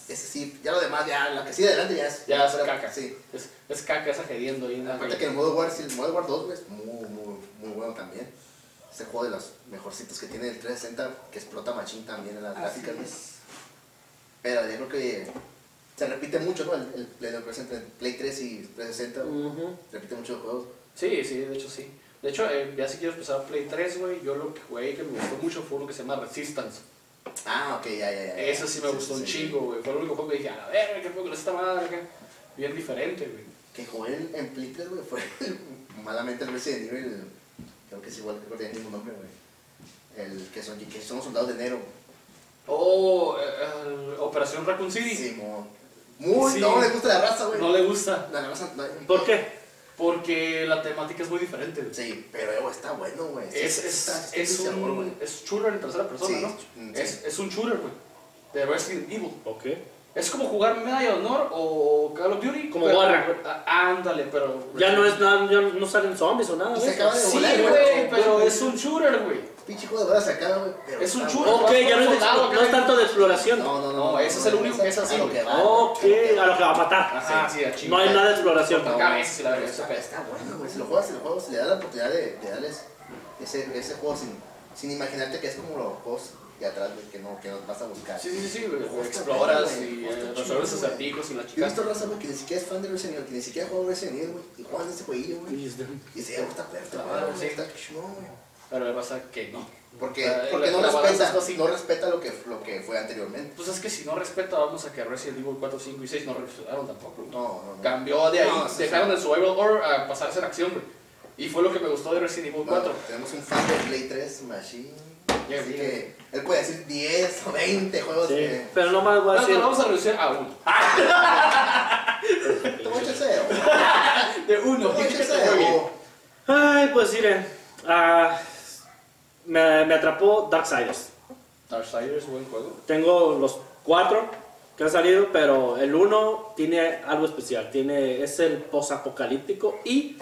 Speaker 3: Es sí, ya lo demás, ya la que sigue adelante ya es.
Speaker 1: Ya es
Speaker 3: era-
Speaker 1: caca. Ah,
Speaker 3: Sí.
Speaker 1: Es, es caca esa geriendo ahí. nada
Speaker 3: Aparte que el Modern War, sí, el Modern War 2, güey, es muy, muy, muy bueno también. Ese juego de los mejorcitos que tiene el 360, que explota machín también en las
Speaker 2: Ah,
Speaker 3: gráficas, güey. Pero yo creo que se repite mucho, ¿no? El, el Play, la diferencia entre Play 3 y 360, güey.
Speaker 2: Ujú.
Speaker 1: Mm.
Speaker 3: Repite mucho los juegos.
Speaker 1: Sí, sí, de hecho sí. De hecho, eh, ya si quieres empezar Play 3, güey, yo lo que jugué y que me gustó mucho fue uno que se llama Resistance.
Speaker 3: Ah, ok, ya, ya, ya.
Speaker 1: Eso sí me gustó un
Speaker 3: sí.
Speaker 1: chingo, güey. Fue el único juego que dije, a la verga, qué juego con esta madre, acá? Bien diferente, güey.
Speaker 3: que jugué en, en Play 3, güey, fue malamente el Resident Evil, creo que es igual, creo que tiene el mismo nombre, güey. El que son, que son los soldados de enero.
Speaker 1: Oh, eh, eh, Operación Raccoon City.
Speaker 3: Simón. Muy,
Speaker 1: Sí.
Speaker 3: no me gusta la raza, güey.
Speaker 1: No le gusta,
Speaker 3: La raza, no.
Speaker 2: ¿Por qué?
Speaker 1: porque la temática es muy diferente, güey.
Speaker 3: Sí, pero eh, güey, está bueno, güey. Sí,
Speaker 1: Es,
Speaker 3: está-
Speaker 1: es,
Speaker 3: está
Speaker 1: es,
Speaker 3: chingón, güey.
Speaker 1: un, es shooter en tercera persona,
Speaker 3: Sí,
Speaker 1: ¿no?
Speaker 3: mm, sí.
Speaker 1: Es, es un shooter, güey. De Resident Evil.
Speaker 2: Ok.
Speaker 1: Es como jugar Medal of Honor o Call of Duty.
Speaker 2: Como
Speaker 1: pero-
Speaker 2: Warhammer.
Speaker 1: Ah, Ándale, pero.
Speaker 2: Ya no es nada, ya no salen zombies o nada. ¿eh?
Speaker 3: Y
Speaker 2: de
Speaker 3: se
Speaker 2: eso.
Speaker 3: acaba de
Speaker 1: Sí,
Speaker 3: volar,
Speaker 1: güey, pero es un shooter, güey.
Speaker 3: Pinche juego de bala sacada, güey. pero
Speaker 1: Es un
Speaker 3: está
Speaker 1: chulo.
Speaker 2: Ok, ya no es, de-
Speaker 1: Soldado,
Speaker 2: no es tanto de exploración.
Speaker 3: bueno. No, no, no.
Speaker 1: No, ese es el único que es así,
Speaker 3: a lo
Speaker 1: güey.
Speaker 3: que va,
Speaker 2: Ok, a lo que va Ah, a matar.
Speaker 1: Ajá, sí, a chingar.
Speaker 2: no hay nada de exploración.
Speaker 1: No. cabeza, la verdad,
Speaker 3: está,
Speaker 1: ese
Speaker 3: está bueno, güey. Si lo juegas, si lo juegas, si le das la oportunidad de, de darles ese, ese juego sin, sin imaginarte que es como los juegos de atrás, güey, que no, que no vas a buscar.
Speaker 1: Sí, sí, sí,
Speaker 3: Está
Speaker 1: güey. Exploras
Speaker 3: bueno,
Speaker 1: y
Speaker 3: güey.
Speaker 1: eh,
Speaker 3: Está
Speaker 1: resuelves
Speaker 3: chido,
Speaker 1: tus
Speaker 3: güey.
Speaker 1: artículos y la
Speaker 3: Yo he
Speaker 1: chica.
Speaker 3: visto raza, güey, que ni siquiera es fan de Resident Evil, que ni siquiera juega Resident Evil, güey, y juegan este jueguillo, güey. Y se llama esta puerta,
Speaker 1: Ah,
Speaker 3: güey,
Speaker 1: sí.
Speaker 3: está chingón, güey.
Speaker 1: Pero hay raza que no.
Speaker 3: Porque,
Speaker 1: Ah,
Speaker 3: porque no
Speaker 1: la balanza
Speaker 3: respeta,
Speaker 1: está así.
Speaker 3: no respeta lo que, lo que fue anteriormente.
Speaker 1: Pues es que si no respeta, vamos a que Resident Evil 4, 5 y 6 no respetaron tampoco. güey.
Speaker 3: No, no, no.
Speaker 1: Cambió de ahí,
Speaker 3: No, sí,
Speaker 1: dejaron
Speaker 3: sí.
Speaker 1: el survival horror a pasarse en acción, güey. Y fue lo que me gustó de Resident Evil
Speaker 3: Bueno,
Speaker 1: 4.
Speaker 3: tenemos un fan de Play 3 Machine.
Speaker 1: Ya,
Speaker 3: así
Speaker 1: ya.
Speaker 3: que él puede decir 10 o 20 juegos
Speaker 2: Sí,
Speaker 3: de.
Speaker 2: pero no más
Speaker 3: Ah.
Speaker 2: voy a
Speaker 1: Pero
Speaker 2: decir.
Speaker 1: nos vamos a reducir a uno.
Speaker 3: Toma 8-0.
Speaker 1: De uno.
Speaker 3: Toma
Speaker 1: Muy bien.
Speaker 3: 8-0.
Speaker 2: Ay, pues mire. ah, me, me atrapó Darksiders.
Speaker 1: Darksiders, buen juego.
Speaker 2: Tengo los cuatro que han salido, pero el uno tiene algo especial. Tiene, es el posapocalíptico y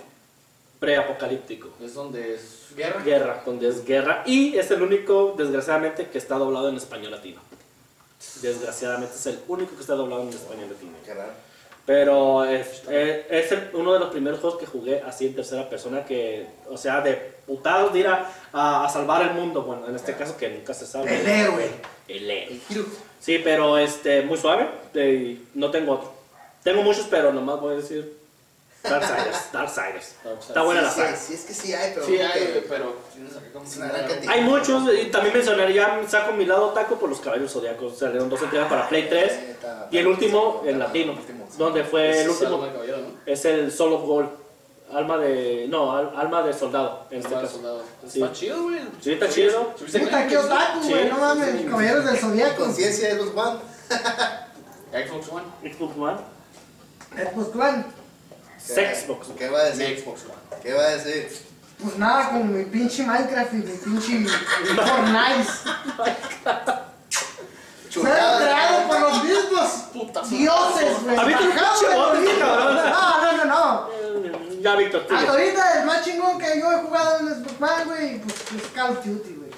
Speaker 2: preapocalíptico.
Speaker 1: Es donde es guerra.
Speaker 2: Guerra, donde es guerra. Y es el único, desgraciadamente, que está doblado en español latino. Desgraciadamente es el único que está doblado en español latino.
Speaker 3: Qué raro.
Speaker 2: Pero es, es- es el- uno de los primeros juegos que jugué así en tercera persona que, o sea, de putados de ir a, a- a salvar el mundo. Bueno, en este caso que nunca se salva.
Speaker 4: El héroe.
Speaker 2: El héroe.
Speaker 3: El giro.
Speaker 2: Sí, pero este, muy suave. eh, y no tengo otro. Tengo muchos, pero nomás voy a decir Darksiders. Darksiders.
Speaker 1: Darksiders.
Speaker 2: Está buena la
Speaker 3: Sí,
Speaker 2: saga.
Speaker 3: sí, sí, es que sí hay, pero.
Speaker 1: Sí,
Speaker 3: como
Speaker 1: hay,
Speaker 3: que-
Speaker 1: güey, pero tienes acá como
Speaker 3: Es una gran cantidad.
Speaker 2: Hay muchos, y también mencionaría, saco mi lado taco por los caballos zodiacos. Salieron dos entregas para Play 3 y el último en latino, donde fue el
Speaker 1: Salma
Speaker 2: último.
Speaker 1: de Caballero, ¿no?
Speaker 2: Es el Soul of Gold, alma de. No, al- alma de soldado en este
Speaker 1: Salma de
Speaker 2: caso.
Speaker 1: Soldado.
Speaker 2: Sí.
Speaker 1: Está chido, güey.
Speaker 2: Sí, está chido.
Speaker 1: Subiste
Speaker 4: Puta, qué
Speaker 1: Xbox
Speaker 4: otaku, güey.
Speaker 2: Sí,
Speaker 4: No mames, caballeros del
Speaker 3: La
Speaker 4: zodiaco.
Speaker 3: conciencia de los Juan.
Speaker 1: Xbox One.
Speaker 2: Xbox One,
Speaker 4: Xbox One.
Speaker 2: Sexbox.
Speaker 3: Eh, ¿Qué va a decir?
Speaker 1: Xbox One.
Speaker 3: ¿Qué va a decir?
Speaker 4: Pues nada, con mi pinche Minecraft y mi pinche Fortnite. Fueron creados por los mismos
Speaker 1: Puta
Speaker 4: dioses, güey.
Speaker 2: A mí te
Speaker 4: Bajados
Speaker 2: pinche
Speaker 4: de los
Speaker 2: bote,
Speaker 4: mismos.
Speaker 2: cabrón.
Speaker 4: Ah, No, no, no, no.
Speaker 2: Ya, Víctor, tú.
Speaker 4: Hasta ahorita el más chingón que yo he jugado en Xbox One, güey, pues es Call of Duty, güey.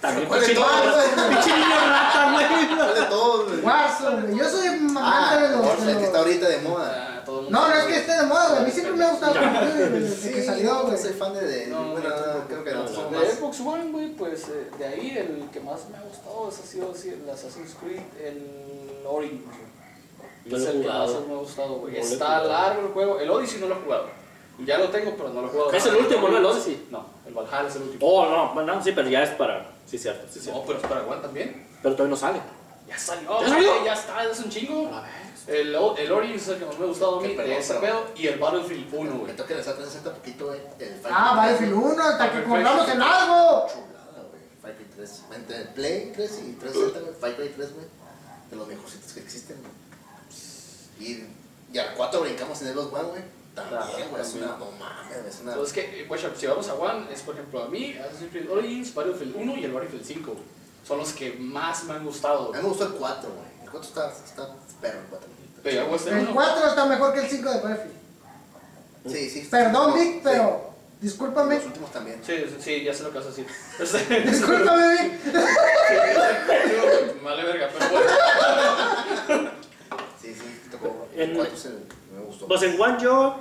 Speaker 2: También
Speaker 3: ¿Cuál de
Speaker 2: pinche niño
Speaker 3: todos,
Speaker 2: rata,
Speaker 3: güey?
Speaker 2: pinche niño rata,
Speaker 3: ¿Cuál
Speaker 2: güey.
Speaker 3: de todos, güey?
Speaker 4: Warzone, güey. Yo soy
Speaker 3: Ah,
Speaker 4: mamante de los.
Speaker 3: Warzone, el que
Speaker 4: de
Speaker 3: está
Speaker 4: los-
Speaker 3: ahorita de moda.
Speaker 1: Ah, todo el mundo
Speaker 4: No, no es
Speaker 1: sabe.
Speaker 4: que esté de moda, güey. A mí siempre me ha gustado Call of Duty, güey, desde
Speaker 3: Sí,
Speaker 4: que salió,
Speaker 3: no
Speaker 4: güey.
Speaker 3: soy fan de... de-
Speaker 1: No, ¿Eh? yo
Speaker 3: bueno, no,
Speaker 1: tampoco.
Speaker 3: creo que no, son
Speaker 1: Pues, De
Speaker 3: más.
Speaker 1: Xbox One, güey, pues eh, de ahí el que más me ha gustado es, ha sido sí, el Assassin's Creed, el Origins. güey.
Speaker 2: No
Speaker 1: Es
Speaker 2: lo he
Speaker 1: el que más
Speaker 2: jugado.
Speaker 1: me ha gustado, güey.
Speaker 2: No lo he
Speaker 1: Está
Speaker 2: jugado.
Speaker 1: largo el juego. El Odyssey no lo he jugado. Ya lo tengo, pero no lo he jugado.
Speaker 2: Es el último, ¿no? El Odyssey.
Speaker 1: No, el Valhalla es el último.
Speaker 2: Oh, no, bueno, no, sí, pero ya es para. Sí, cierto, sí, cierto.
Speaker 1: No, pero es para One también.
Speaker 2: Pero todavía no sale.
Speaker 1: Ya salió.
Speaker 2: ¿Ya salió? Ah,
Speaker 1: güey, Ya está, es un chingo.
Speaker 2: A ver.
Speaker 1: El, O- el Origins es el que más me ha gustado a mí,
Speaker 3: Qué
Speaker 1: de ese
Speaker 3: pelota.
Speaker 1: pedo. Y el Battlefield 1,
Speaker 3: Uno,
Speaker 1: güey.
Speaker 3: Me toca la 360 poquito, güey. el
Speaker 4: Ah, Battlefield
Speaker 3: 1.
Speaker 4: 1, hasta que compramos en algo.
Speaker 3: Chulada, güey. Far Cry 3. Entre el Play 3 y 360, güey. Far Cry 3, güey. De los mejorcitos que existen, güey. Y, y al 4 brincamos en el Xbox One, güey. También,
Speaker 1: Claro,
Speaker 3: güey. Es
Speaker 1: también.
Speaker 3: una. No mames, es una.
Speaker 1: Entonces, que, eh, pues, si vamos a One, es por ejemplo a mí, Assassin's Creed Origins, Battlefield 1 y el Battlefield 5. güey. Son los que más me han gustado.
Speaker 3: A mí
Speaker 1: güey.
Speaker 3: me gustó el 4, güey. El 4 está, está perro, el 4.
Speaker 1: Pero ya voy a hacer
Speaker 4: El
Speaker 1: uno.
Speaker 4: 4 está mejor que el 5 de Battlefield.
Speaker 3: Sí, sí.
Speaker 4: Perdón,
Speaker 3: sí.
Speaker 4: Vic, pero.
Speaker 3: Sí.
Speaker 4: Discúlpame.
Speaker 3: Los últimos también.
Speaker 1: Sí, sí, sí, ya sé lo que vas a decir. Este,
Speaker 4: Discúlpame, Vic.
Speaker 1: me vale verga, pero bueno.
Speaker 3: Sí, sí, tocó.
Speaker 2: En-
Speaker 3: El 4 es el. Me gustó.
Speaker 2: Pues en One yo,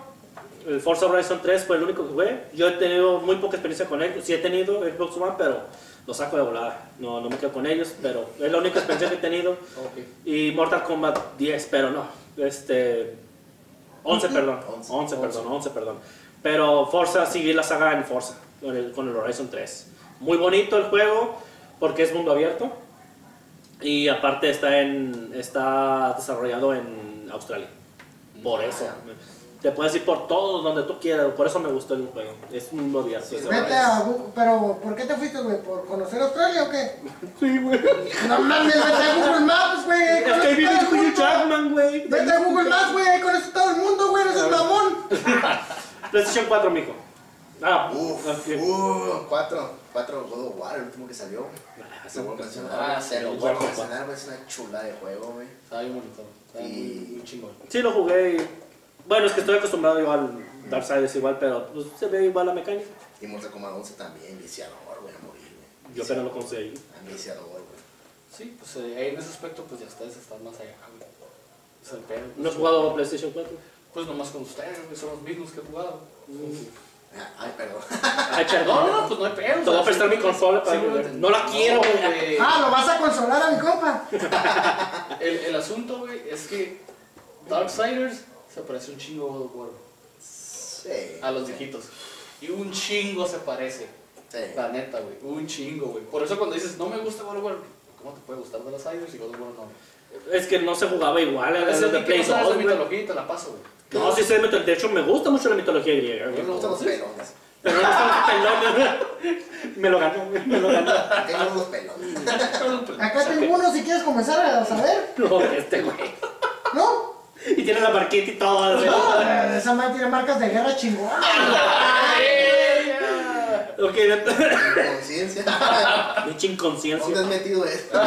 Speaker 2: el Forza Horizon 3 fue el único que jugué. Yo he tenido muy poca experiencia con ellos. Sí he tenido Xbox One, pero lo saco de volada. No, no me quedo con ellos, pero es la única experiencia que he tenido.
Speaker 1: Ok.
Speaker 2: Y Mortal Kombat 10, pero no. Este. 11, perdón. 11,
Speaker 3: Once.
Speaker 2: perdón, 11, perdón. Pero Forza, seguí la saga en Forza, con el, con el Horizon 3. Muy bonito el juego, porque es mundo abierto. Y aparte está, en, está desarrollado en Australia. Por eso. Te puedes ir por todo donde tú quieras. Por eso me gustó el juego. Es mundo abierto. es
Speaker 4: Vete a. Gu- Pero, ¿por qué te fuiste, güey? ¿Por conocer Australia o qué?
Speaker 2: Sí, güey.
Speaker 4: No mames, vete a Google Maps, güey. ahí
Speaker 2: Es que ahí
Speaker 4: conoces
Speaker 2: viene
Speaker 4: todo el
Speaker 2: Hugh
Speaker 4: mundo.
Speaker 2: Jackman, güey.
Speaker 4: Vete a Google Maps, güey. Ahí conoces todo el mundo, güey. No seas mamón.
Speaker 2: PlayStation 4, mijo. Ah,
Speaker 3: Uf,
Speaker 2: ok.
Speaker 3: uh, 4. 4 God of War, el último que salió, güey. Se lo voy a mencionar,
Speaker 1: Ah,
Speaker 3: se lo
Speaker 1: sí,
Speaker 3: voy a
Speaker 2: guapo,
Speaker 3: mencionar, güey, es una chula de juego, güey.
Speaker 1: Está bien bonito. Está muy, muy chingón.
Speaker 2: Sí, lo jugué. y- Bueno, es que estoy acostumbrado yo al Darksiders igual, pero pues, se ve igual la mecánica.
Speaker 3: Y Mortal Kombat 11 también, viciador, güey, a morir, güey. ah,
Speaker 2: Yo apenas lo conseguí.
Speaker 3: Viciador, güey.
Speaker 1: Sí, pues eh, en ese aspecto, pues ya ustedes están más allá, güey. Es el pedo.
Speaker 2: ¿No has jugado PlayStation 4?
Speaker 1: Pues nomás con ustedes, güey, son los mismos que he jugado.
Speaker 3: Ah, Ay, perdón.
Speaker 2: Ay,
Speaker 1: No,
Speaker 2: perdón.
Speaker 1: no, no, pues no hay pedo.
Speaker 2: Te voy a prestar mi consola para
Speaker 1: Simplemente-
Speaker 2: No la quiero, güey.
Speaker 1: güey.
Speaker 4: Ah, lo vas a consolar a mi compa.
Speaker 1: El, el asunto, güey, es que Darksiders se parece un chingo a God of War, güey,
Speaker 3: Sí.
Speaker 1: a los viejitos. Ah. Y un chingo se parece,
Speaker 3: Sí.
Speaker 1: la neta, güey. Un chingo, güey. Por eso cuando dices, no me gusta God of War, ¿cómo te puede gustar Darksiders y God of War no?
Speaker 2: Es que no se jugaba igual a
Speaker 1: Es
Speaker 2: la
Speaker 1: el
Speaker 2: Ah, de
Speaker 1: que
Speaker 2: Play
Speaker 1: no sabes de
Speaker 2: 2, güey.
Speaker 1: mitología y te la paso, güey.
Speaker 2: No, sí se de hecho me gusta mucho la mitología griega,
Speaker 3: A mí
Speaker 2: güey.
Speaker 3: me gustan los pelones.
Speaker 2: Pero no son los pelones. Me lo ganó, güey, me lo ganó.
Speaker 3: Tengo unos pelones.
Speaker 4: Acá tengo uno si quieres comenzar a saber,
Speaker 2: No, este güey.
Speaker 4: ¿no?
Speaker 2: Y tiene la marquita y todo, güey.
Speaker 4: No, eh, esa madre tiene marcas de guerra
Speaker 2: Ah,
Speaker 4: chingona.
Speaker 2: Ok, de-
Speaker 3: Conciencia.
Speaker 2: mucha
Speaker 3: ¿Dónde has
Speaker 2: inconsciencia.
Speaker 3: metido esto?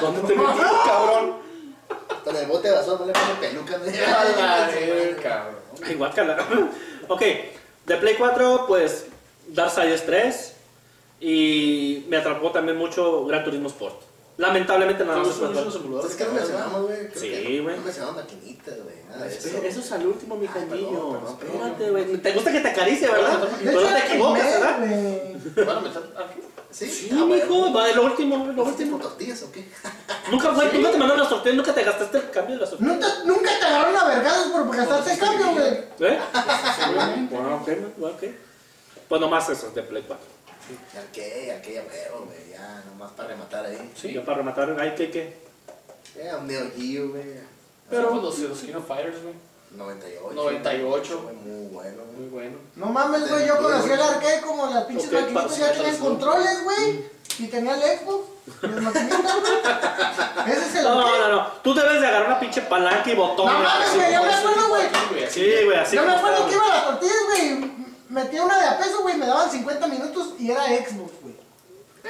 Speaker 2: ¿Dónde te metí, cabrón?
Speaker 3: Con el bote de basura no le ponen peluca.
Speaker 1: A la
Speaker 3: ¿no?
Speaker 1: verga, cabrón.
Speaker 2: Ay, guácala. ok, de Play 4, pues Darksiders 3. Y me atrapó también mucho Gran Turismo Sport. Lamentablemente nada más.
Speaker 1: Somos unos
Speaker 3: Entonces,
Speaker 1: emuladores
Speaker 3: ¿qué no
Speaker 1: cagados,
Speaker 3: mencionamos, güey? Creo
Speaker 2: Sí,
Speaker 3: que no-
Speaker 2: güey.
Speaker 3: No mencionamos maquinitas, güey. Nada de eso.
Speaker 2: Espera, Eso es al último, mi
Speaker 3: Ay, Ah, perdón,
Speaker 2: cariño.
Speaker 3: perdón, perdón.
Speaker 2: Espérate, güey. Te gusta que te acaricie, ¿verdad?
Speaker 4: De
Speaker 2: Pero no
Speaker 4: hecho,
Speaker 2: te
Speaker 4: era el
Speaker 2: equivocas,
Speaker 4: primer,
Speaker 2: ¿verdad?
Speaker 4: güey.
Speaker 1: ¿no? Van a meter aquí.
Speaker 3: Sí,
Speaker 2: Sí,
Speaker 3: ah, güey.
Speaker 2: mijo, va de lo último, lo
Speaker 3: ¿No fuiste por
Speaker 2: último.
Speaker 3: tortillas o qué?
Speaker 2: Nunca, güey, nunca te mandaron las tortillas, nunca te gastaste el cambio de las tortillas.
Speaker 4: Nunca, nunca te agarraron a vergados por gastarte el cambio, güey.
Speaker 2: ¿Eh? Bueno, ok, bueno, ok. Pues nomás eso, de Play 4.
Speaker 3: Al que, al que ya huevo, güey, ya, nomás para rematar ahí.
Speaker 1: Sí.
Speaker 2: Yo para rematar, ay, ¿qué, qué?
Speaker 3: Ya, un Neo Geo, güey.
Speaker 1: Pero los, los King of Fighters, güey.
Speaker 3: 98.
Speaker 1: 98.
Speaker 3: güey, Muy bueno, güey.
Speaker 1: Muy bueno.
Speaker 4: No mames, güey, yo conocí el arcade como las pinches
Speaker 2: Ok,
Speaker 4: maquinitas
Speaker 2: pa-
Speaker 4: ya tenían
Speaker 2: pa-
Speaker 4: controles, güey. Y tenía el Xbox, las maquinitas, güey. Ese es el
Speaker 2: No,
Speaker 4: arcade.
Speaker 2: no, no, no. Tú debes de agarrar una pinche palanca y botón.
Speaker 4: No mames, güey, yo me acuerdo, güey.
Speaker 2: Sí, güey, así.
Speaker 4: Yo me
Speaker 2: como
Speaker 4: acuerdo
Speaker 2: está,
Speaker 4: que iba a las tortillas, güey. Metía una de a peso, güey, me daban 50 minutos y era Xbox, güey.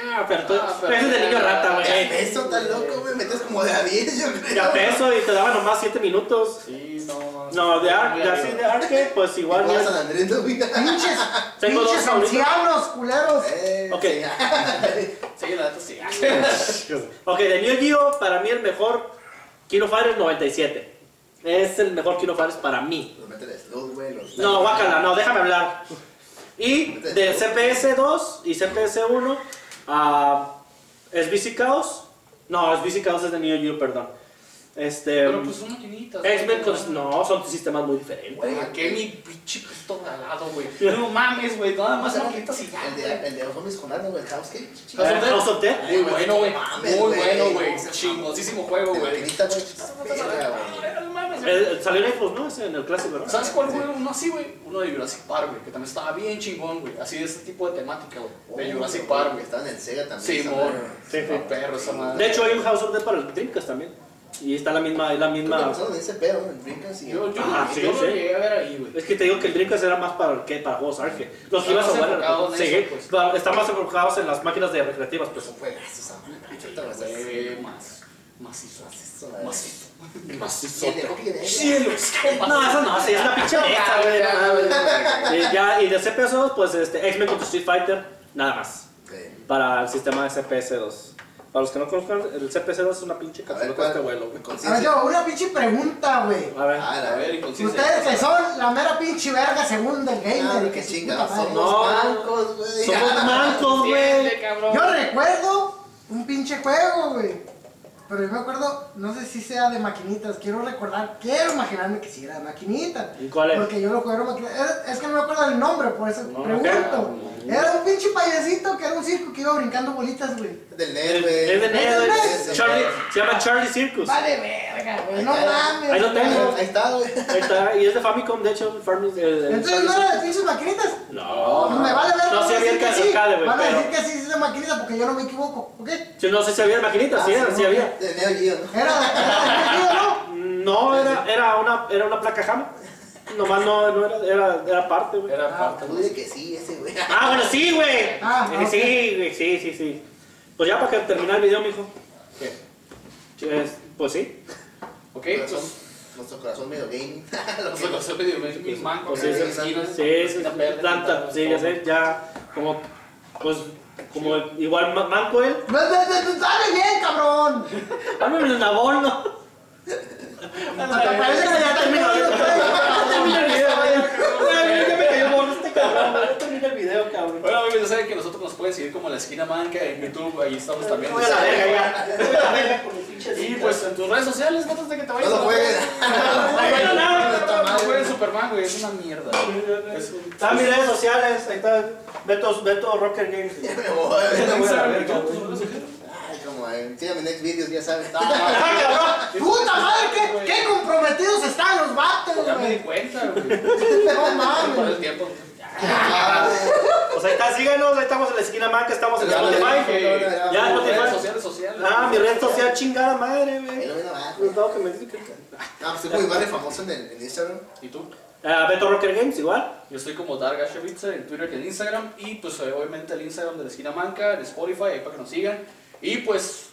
Speaker 2: Ah, pero tú
Speaker 1: Ah, pero-
Speaker 2: pero eres de niño rata, güey.
Speaker 3: Ya peso tan loco, me metes como de a 10, yo creo.
Speaker 2: Eh, Ya peso y te daban nomás 7 minutos.
Speaker 1: Sí, no.
Speaker 2: No, de ar-
Speaker 1: muy
Speaker 2: de
Speaker 1: arriba.
Speaker 2: así de arque, pues igual.
Speaker 3: Igual
Speaker 2: yo-
Speaker 3: San Andrés, no, mira.
Speaker 4: Pinches,
Speaker 2: Tengo dos
Speaker 4: pinches
Speaker 2: favoritos.
Speaker 4: ancianos, culeros.
Speaker 3: Eh,
Speaker 2: Ok.
Speaker 3: sí, ay.
Speaker 1: Sí, la neta sí.
Speaker 2: Ok, de New Geo, para mí el mejor Kino Fighters 97. Es el mejor Kino Fighters para mí.
Speaker 3: Los meten de slow, güey. los-
Speaker 2: No, guácala, no, déjame hablar. Y de CPS 2 y CPS 1 a SBC Chaos. No, SBC Chaos es de New Geo, perdón. Este.
Speaker 1: Pero pues ¿Eh? son maquinitas.
Speaker 2: X-Men
Speaker 1: ¿no?
Speaker 2: con- No, son sistemas muy diferentes.
Speaker 1: Güey, ¿a qué mi pinche pisto galado, güey? No mames, güey. Nada más maquinitas y ya.
Speaker 3: El
Speaker 1: güey.
Speaker 3: de, el de los zombies con algo, el House Cage.
Speaker 1: House of Dead.
Speaker 2: House of Dead.
Speaker 1: Muy bueno, güey.
Speaker 3: Mames,
Speaker 1: Muy
Speaker 3: güey.
Speaker 1: bueno, güey.
Speaker 3: O sea,
Speaker 1: Chingosísimo juego,
Speaker 3: De
Speaker 1: güey.
Speaker 3: maquinita, güey. Verga, güey.
Speaker 1: No mames, güey.
Speaker 2: Eh, Salió en Xbox, ¿no? Ese En el clásico, ¿verdad?
Speaker 1: ¿Sabes cuál fue uno así, güey? Uno de Jurassic Park, güey, que también estaba bien chingón, güey. Así de ese tipo de temática, güey. De
Speaker 3: Oh,
Speaker 1: Jurassic
Speaker 3: güey,
Speaker 1: Park,
Speaker 3: que
Speaker 1: güey.
Speaker 3: Estaban en Sega también.
Speaker 1: Sí,
Speaker 3: esa
Speaker 1: amor.
Speaker 3: madre.
Speaker 2: Sí, sí.
Speaker 1: perro esa madre.
Speaker 2: De hecho, hay un House of Dead para el Dreamcast también. Y está la misma, es la
Speaker 3: Creo que
Speaker 2: misma.
Speaker 3: empezaron en ese pedo, en Dreamcast y-
Speaker 1: Yo, yo,
Speaker 2: Ah, sí,
Speaker 1: yo lo
Speaker 2: sí.
Speaker 1: llegué a ver ahí, güey.
Speaker 2: Es que te digo que el Dreamcast era más para que para juegos arcade. Los
Speaker 1: Está
Speaker 2: que ibas a
Speaker 1: más
Speaker 2: jugar
Speaker 1: enfocado en
Speaker 2: sí,
Speaker 1: eso, pues.
Speaker 2: claro, están más enfocados en las máquinas de recreativas, pues.
Speaker 3: Son juegazos, esa madre. Ahorita vas a-
Speaker 1: Güey, más. Macizo. Macizo. Macizo.
Speaker 3: ¿Quién dejó que era?
Speaker 1: Cielos, qué
Speaker 2: No, eso no, sí, es la pinche meta, güey. no mames. Y ya, y de CPS2, pues este, X-Men contra Street Fighter, nada más.
Speaker 3: Ok.
Speaker 2: Para el sistema de CPS2. Para los que no conozcan, el CPS2 es una pinche
Speaker 3: A ver,
Speaker 2: cacerola de
Speaker 3: ¿cuál?
Speaker 2: este vuelo, güey.
Speaker 4: A ver, yo, una pinche pregunta, güey.
Speaker 2: A ver.
Speaker 3: Ah,
Speaker 1: A
Speaker 3: la
Speaker 1: ver,
Speaker 3: ver.
Speaker 1: y conciencia.
Speaker 4: Ustedes que son la mera pinche verga según del gamer.
Speaker 3: Ah,
Speaker 4: y
Speaker 3: qué
Speaker 4: que su
Speaker 3: chinga.
Speaker 4: puta madre.
Speaker 3: Somos
Speaker 2: No.
Speaker 3: blancos, güey. Ah,
Speaker 2: Somos mancos, güey.
Speaker 1: Entiende, cabrón.
Speaker 4: Yo recuerdo un pinche juego, güey. Pero yo me acuerdo, no sé si sea de maquinitas, quiero recordar, quiero imaginarme que sí era de maquinitas.
Speaker 2: ¿Y cuál es?
Speaker 4: Porque yo lo juego maquinitas. Era- Es que no me acuerdo del nombre, por eso
Speaker 2: No,
Speaker 4: pregunto.
Speaker 2: no.
Speaker 4: Era un pinche payasito que era un circo que iba brincando bolitas, güey.
Speaker 3: Del
Speaker 2: Es
Speaker 3: nerd, güey.
Speaker 2: de Ned, güey.
Speaker 4: Es
Speaker 3: de
Speaker 2: Charlie,
Speaker 3: Ned.
Speaker 2: se llama Charlie Circus.
Speaker 4: Vale, verga, güey. No
Speaker 3: Ahí está.
Speaker 4: mames.
Speaker 2: Ahí lo
Speaker 4: güey.
Speaker 2: tengo.
Speaker 3: Ahí está, güey.
Speaker 2: Ahí está, y es de Famicom, de hecho, el Farming. el- el-
Speaker 4: Entonces no era de pinches maquinitas.
Speaker 2: No.
Speaker 4: me vale ver.
Speaker 2: No
Speaker 4: van a
Speaker 2: se había
Speaker 4: decir
Speaker 2: el
Speaker 4: que sí.
Speaker 2: cascade, güey.
Speaker 4: Van a decir
Speaker 2: pero-
Speaker 4: que sí es de maquinitas porque yo no me equivoco, ¿ok?
Speaker 2: Sí, No sé si había maquinitas, sí,
Speaker 4: Ah,
Speaker 2: era,
Speaker 4: sí,
Speaker 2: sí
Speaker 4: no,
Speaker 2: había.
Speaker 3: De Neo Geo, ¿no?
Speaker 4: Era de era de maquinitas, ¿no?
Speaker 2: No, era, era, una, era una placa jama. Nomás no, no era, era, era parte, güey.
Speaker 1: Era parte.
Speaker 3: Tú dices que sí, ese, Pues, güey.
Speaker 2: Ah, bueno, sí, güey.
Speaker 4: Ah,
Speaker 2: Eh,
Speaker 4: ok.
Speaker 2: Sí, güey, sí, sí, sí. Pues ya para que terminar el video, mijo.
Speaker 1: ¿Qué?
Speaker 2: Es- Pues sí.
Speaker 1: ¿Ok?
Speaker 3: Corazón-
Speaker 1: Pues.
Speaker 3: Nuestro corazón medio gaming.
Speaker 1: Los ojos se me mis mancos.
Speaker 2: Pues sí,
Speaker 1: esquinas,
Speaker 2: sí,
Speaker 1: esquinas,
Speaker 2: Sí, es
Speaker 1: esquina verde,
Speaker 2: planta, sí, ya sé, ya. Como, pues, como igual ma- manco él.
Speaker 4: No, no, no, no, sale bien, cabrón.
Speaker 2: Háblame en abono.
Speaker 4: Hasta parece que ya terminó.
Speaker 2: Ah, Termina el video, güey. Güey, Ya me cayó el bono este cabrón, güey. Ya Termina el video, cabrón.
Speaker 1: Bueno, amigos, ya saben que nosotros nos pueden seguir como la esquina manca en YouTube, ahí estamos también.
Speaker 2: Voy a la verga ya. Voy a la verga con los pinches.
Speaker 1: Y pues en tus redes sociales, gatos de que te
Speaker 3: No
Speaker 1: vayas
Speaker 3: lo
Speaker 1: a la
Speaker 3: jueguen.
Speaker 1: verga. No, no, no, no, no, no
Speaker 3: Madre.
Speaker 1: jueguen Superman, güey, es una mierda. Es un-
Speaker 2: Están mis redes sociales, ahí está Beto, Beto Rocker Games.
Speaker 3: Ya me voy.
Speaker 2: voy a la
Speaker 1: Instagram,
Speaker 2: verga,
Speaker 1: YouTube,
Speaker 2: güey.
Speaker 1: tus redes sociales.
Speaker 3: Ay, como, eh, síganme en next videos, ya sabes.
Speaker 4: Puta madre, qué, qué comprometidos están los vatos,
Speaker 1: Ya me di
Speaker 4: güey.
Speaker 1: cuenta, güey.
Speaker 4: No
Speaker 1: Por el
Speaker 4: mames.
Speaker 1: tiempo.
Speaker 2: Pues ahí está, síganos, ahí estamos en la esquina marca, estamos en
Speaker 3: Ya lo
Speaker 2: Spotify.
Speaker 3: dije.
Speaker 2: Ya,
Speaker 1: tus
Speaker 2: Spotify.
Speaker 1: redes sociales, sociales.
Speaker 2: Ah, mi red social chingada madre,
Speaker 3: Ahí
Speaker 2: güey.
Speaker 3: lo ven abajo.
Speaker 2: Gustavo que me dice que-
Speaker 3: Ah, pues soy muy barrio famoso en, el, en Instagram.
Speaker 1: ¿Y tú?
Speaker 2: Ah, Beto Rocker Games, igual.
Speaker 1: Yo estoy como Dark Ashevitzer en Twitter y en Instagram. Y pues eh, obviamente el Instagram de la esquina manca, en Spotify, ahí para que nos sigan. Y pues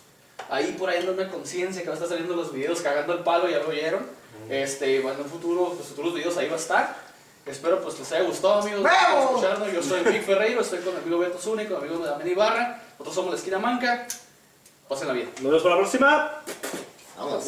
Speaker 1: ahí por ahí dándome conciencia que va a estar saliendo los videos cagando el palo, ya lo oyeron.
Speaker 2: Mm.
Speaker 1: Este, bueno, en futuro, los futuros videos ahí va a estar. Espero pues les haya gustado amigos gracias por
Speaker 4: ¡Bravo!
Speaker 1: escucharnos. Yo soy Vic Ferreiro, estoy con mi amigo Beto Zune, con mi amigo Damián Ibarra. Nosotros somos la esquina manca. Pasen la vida.
Speaker 2: Nos vemos para la próxima.
Speaker 3: Vámonos.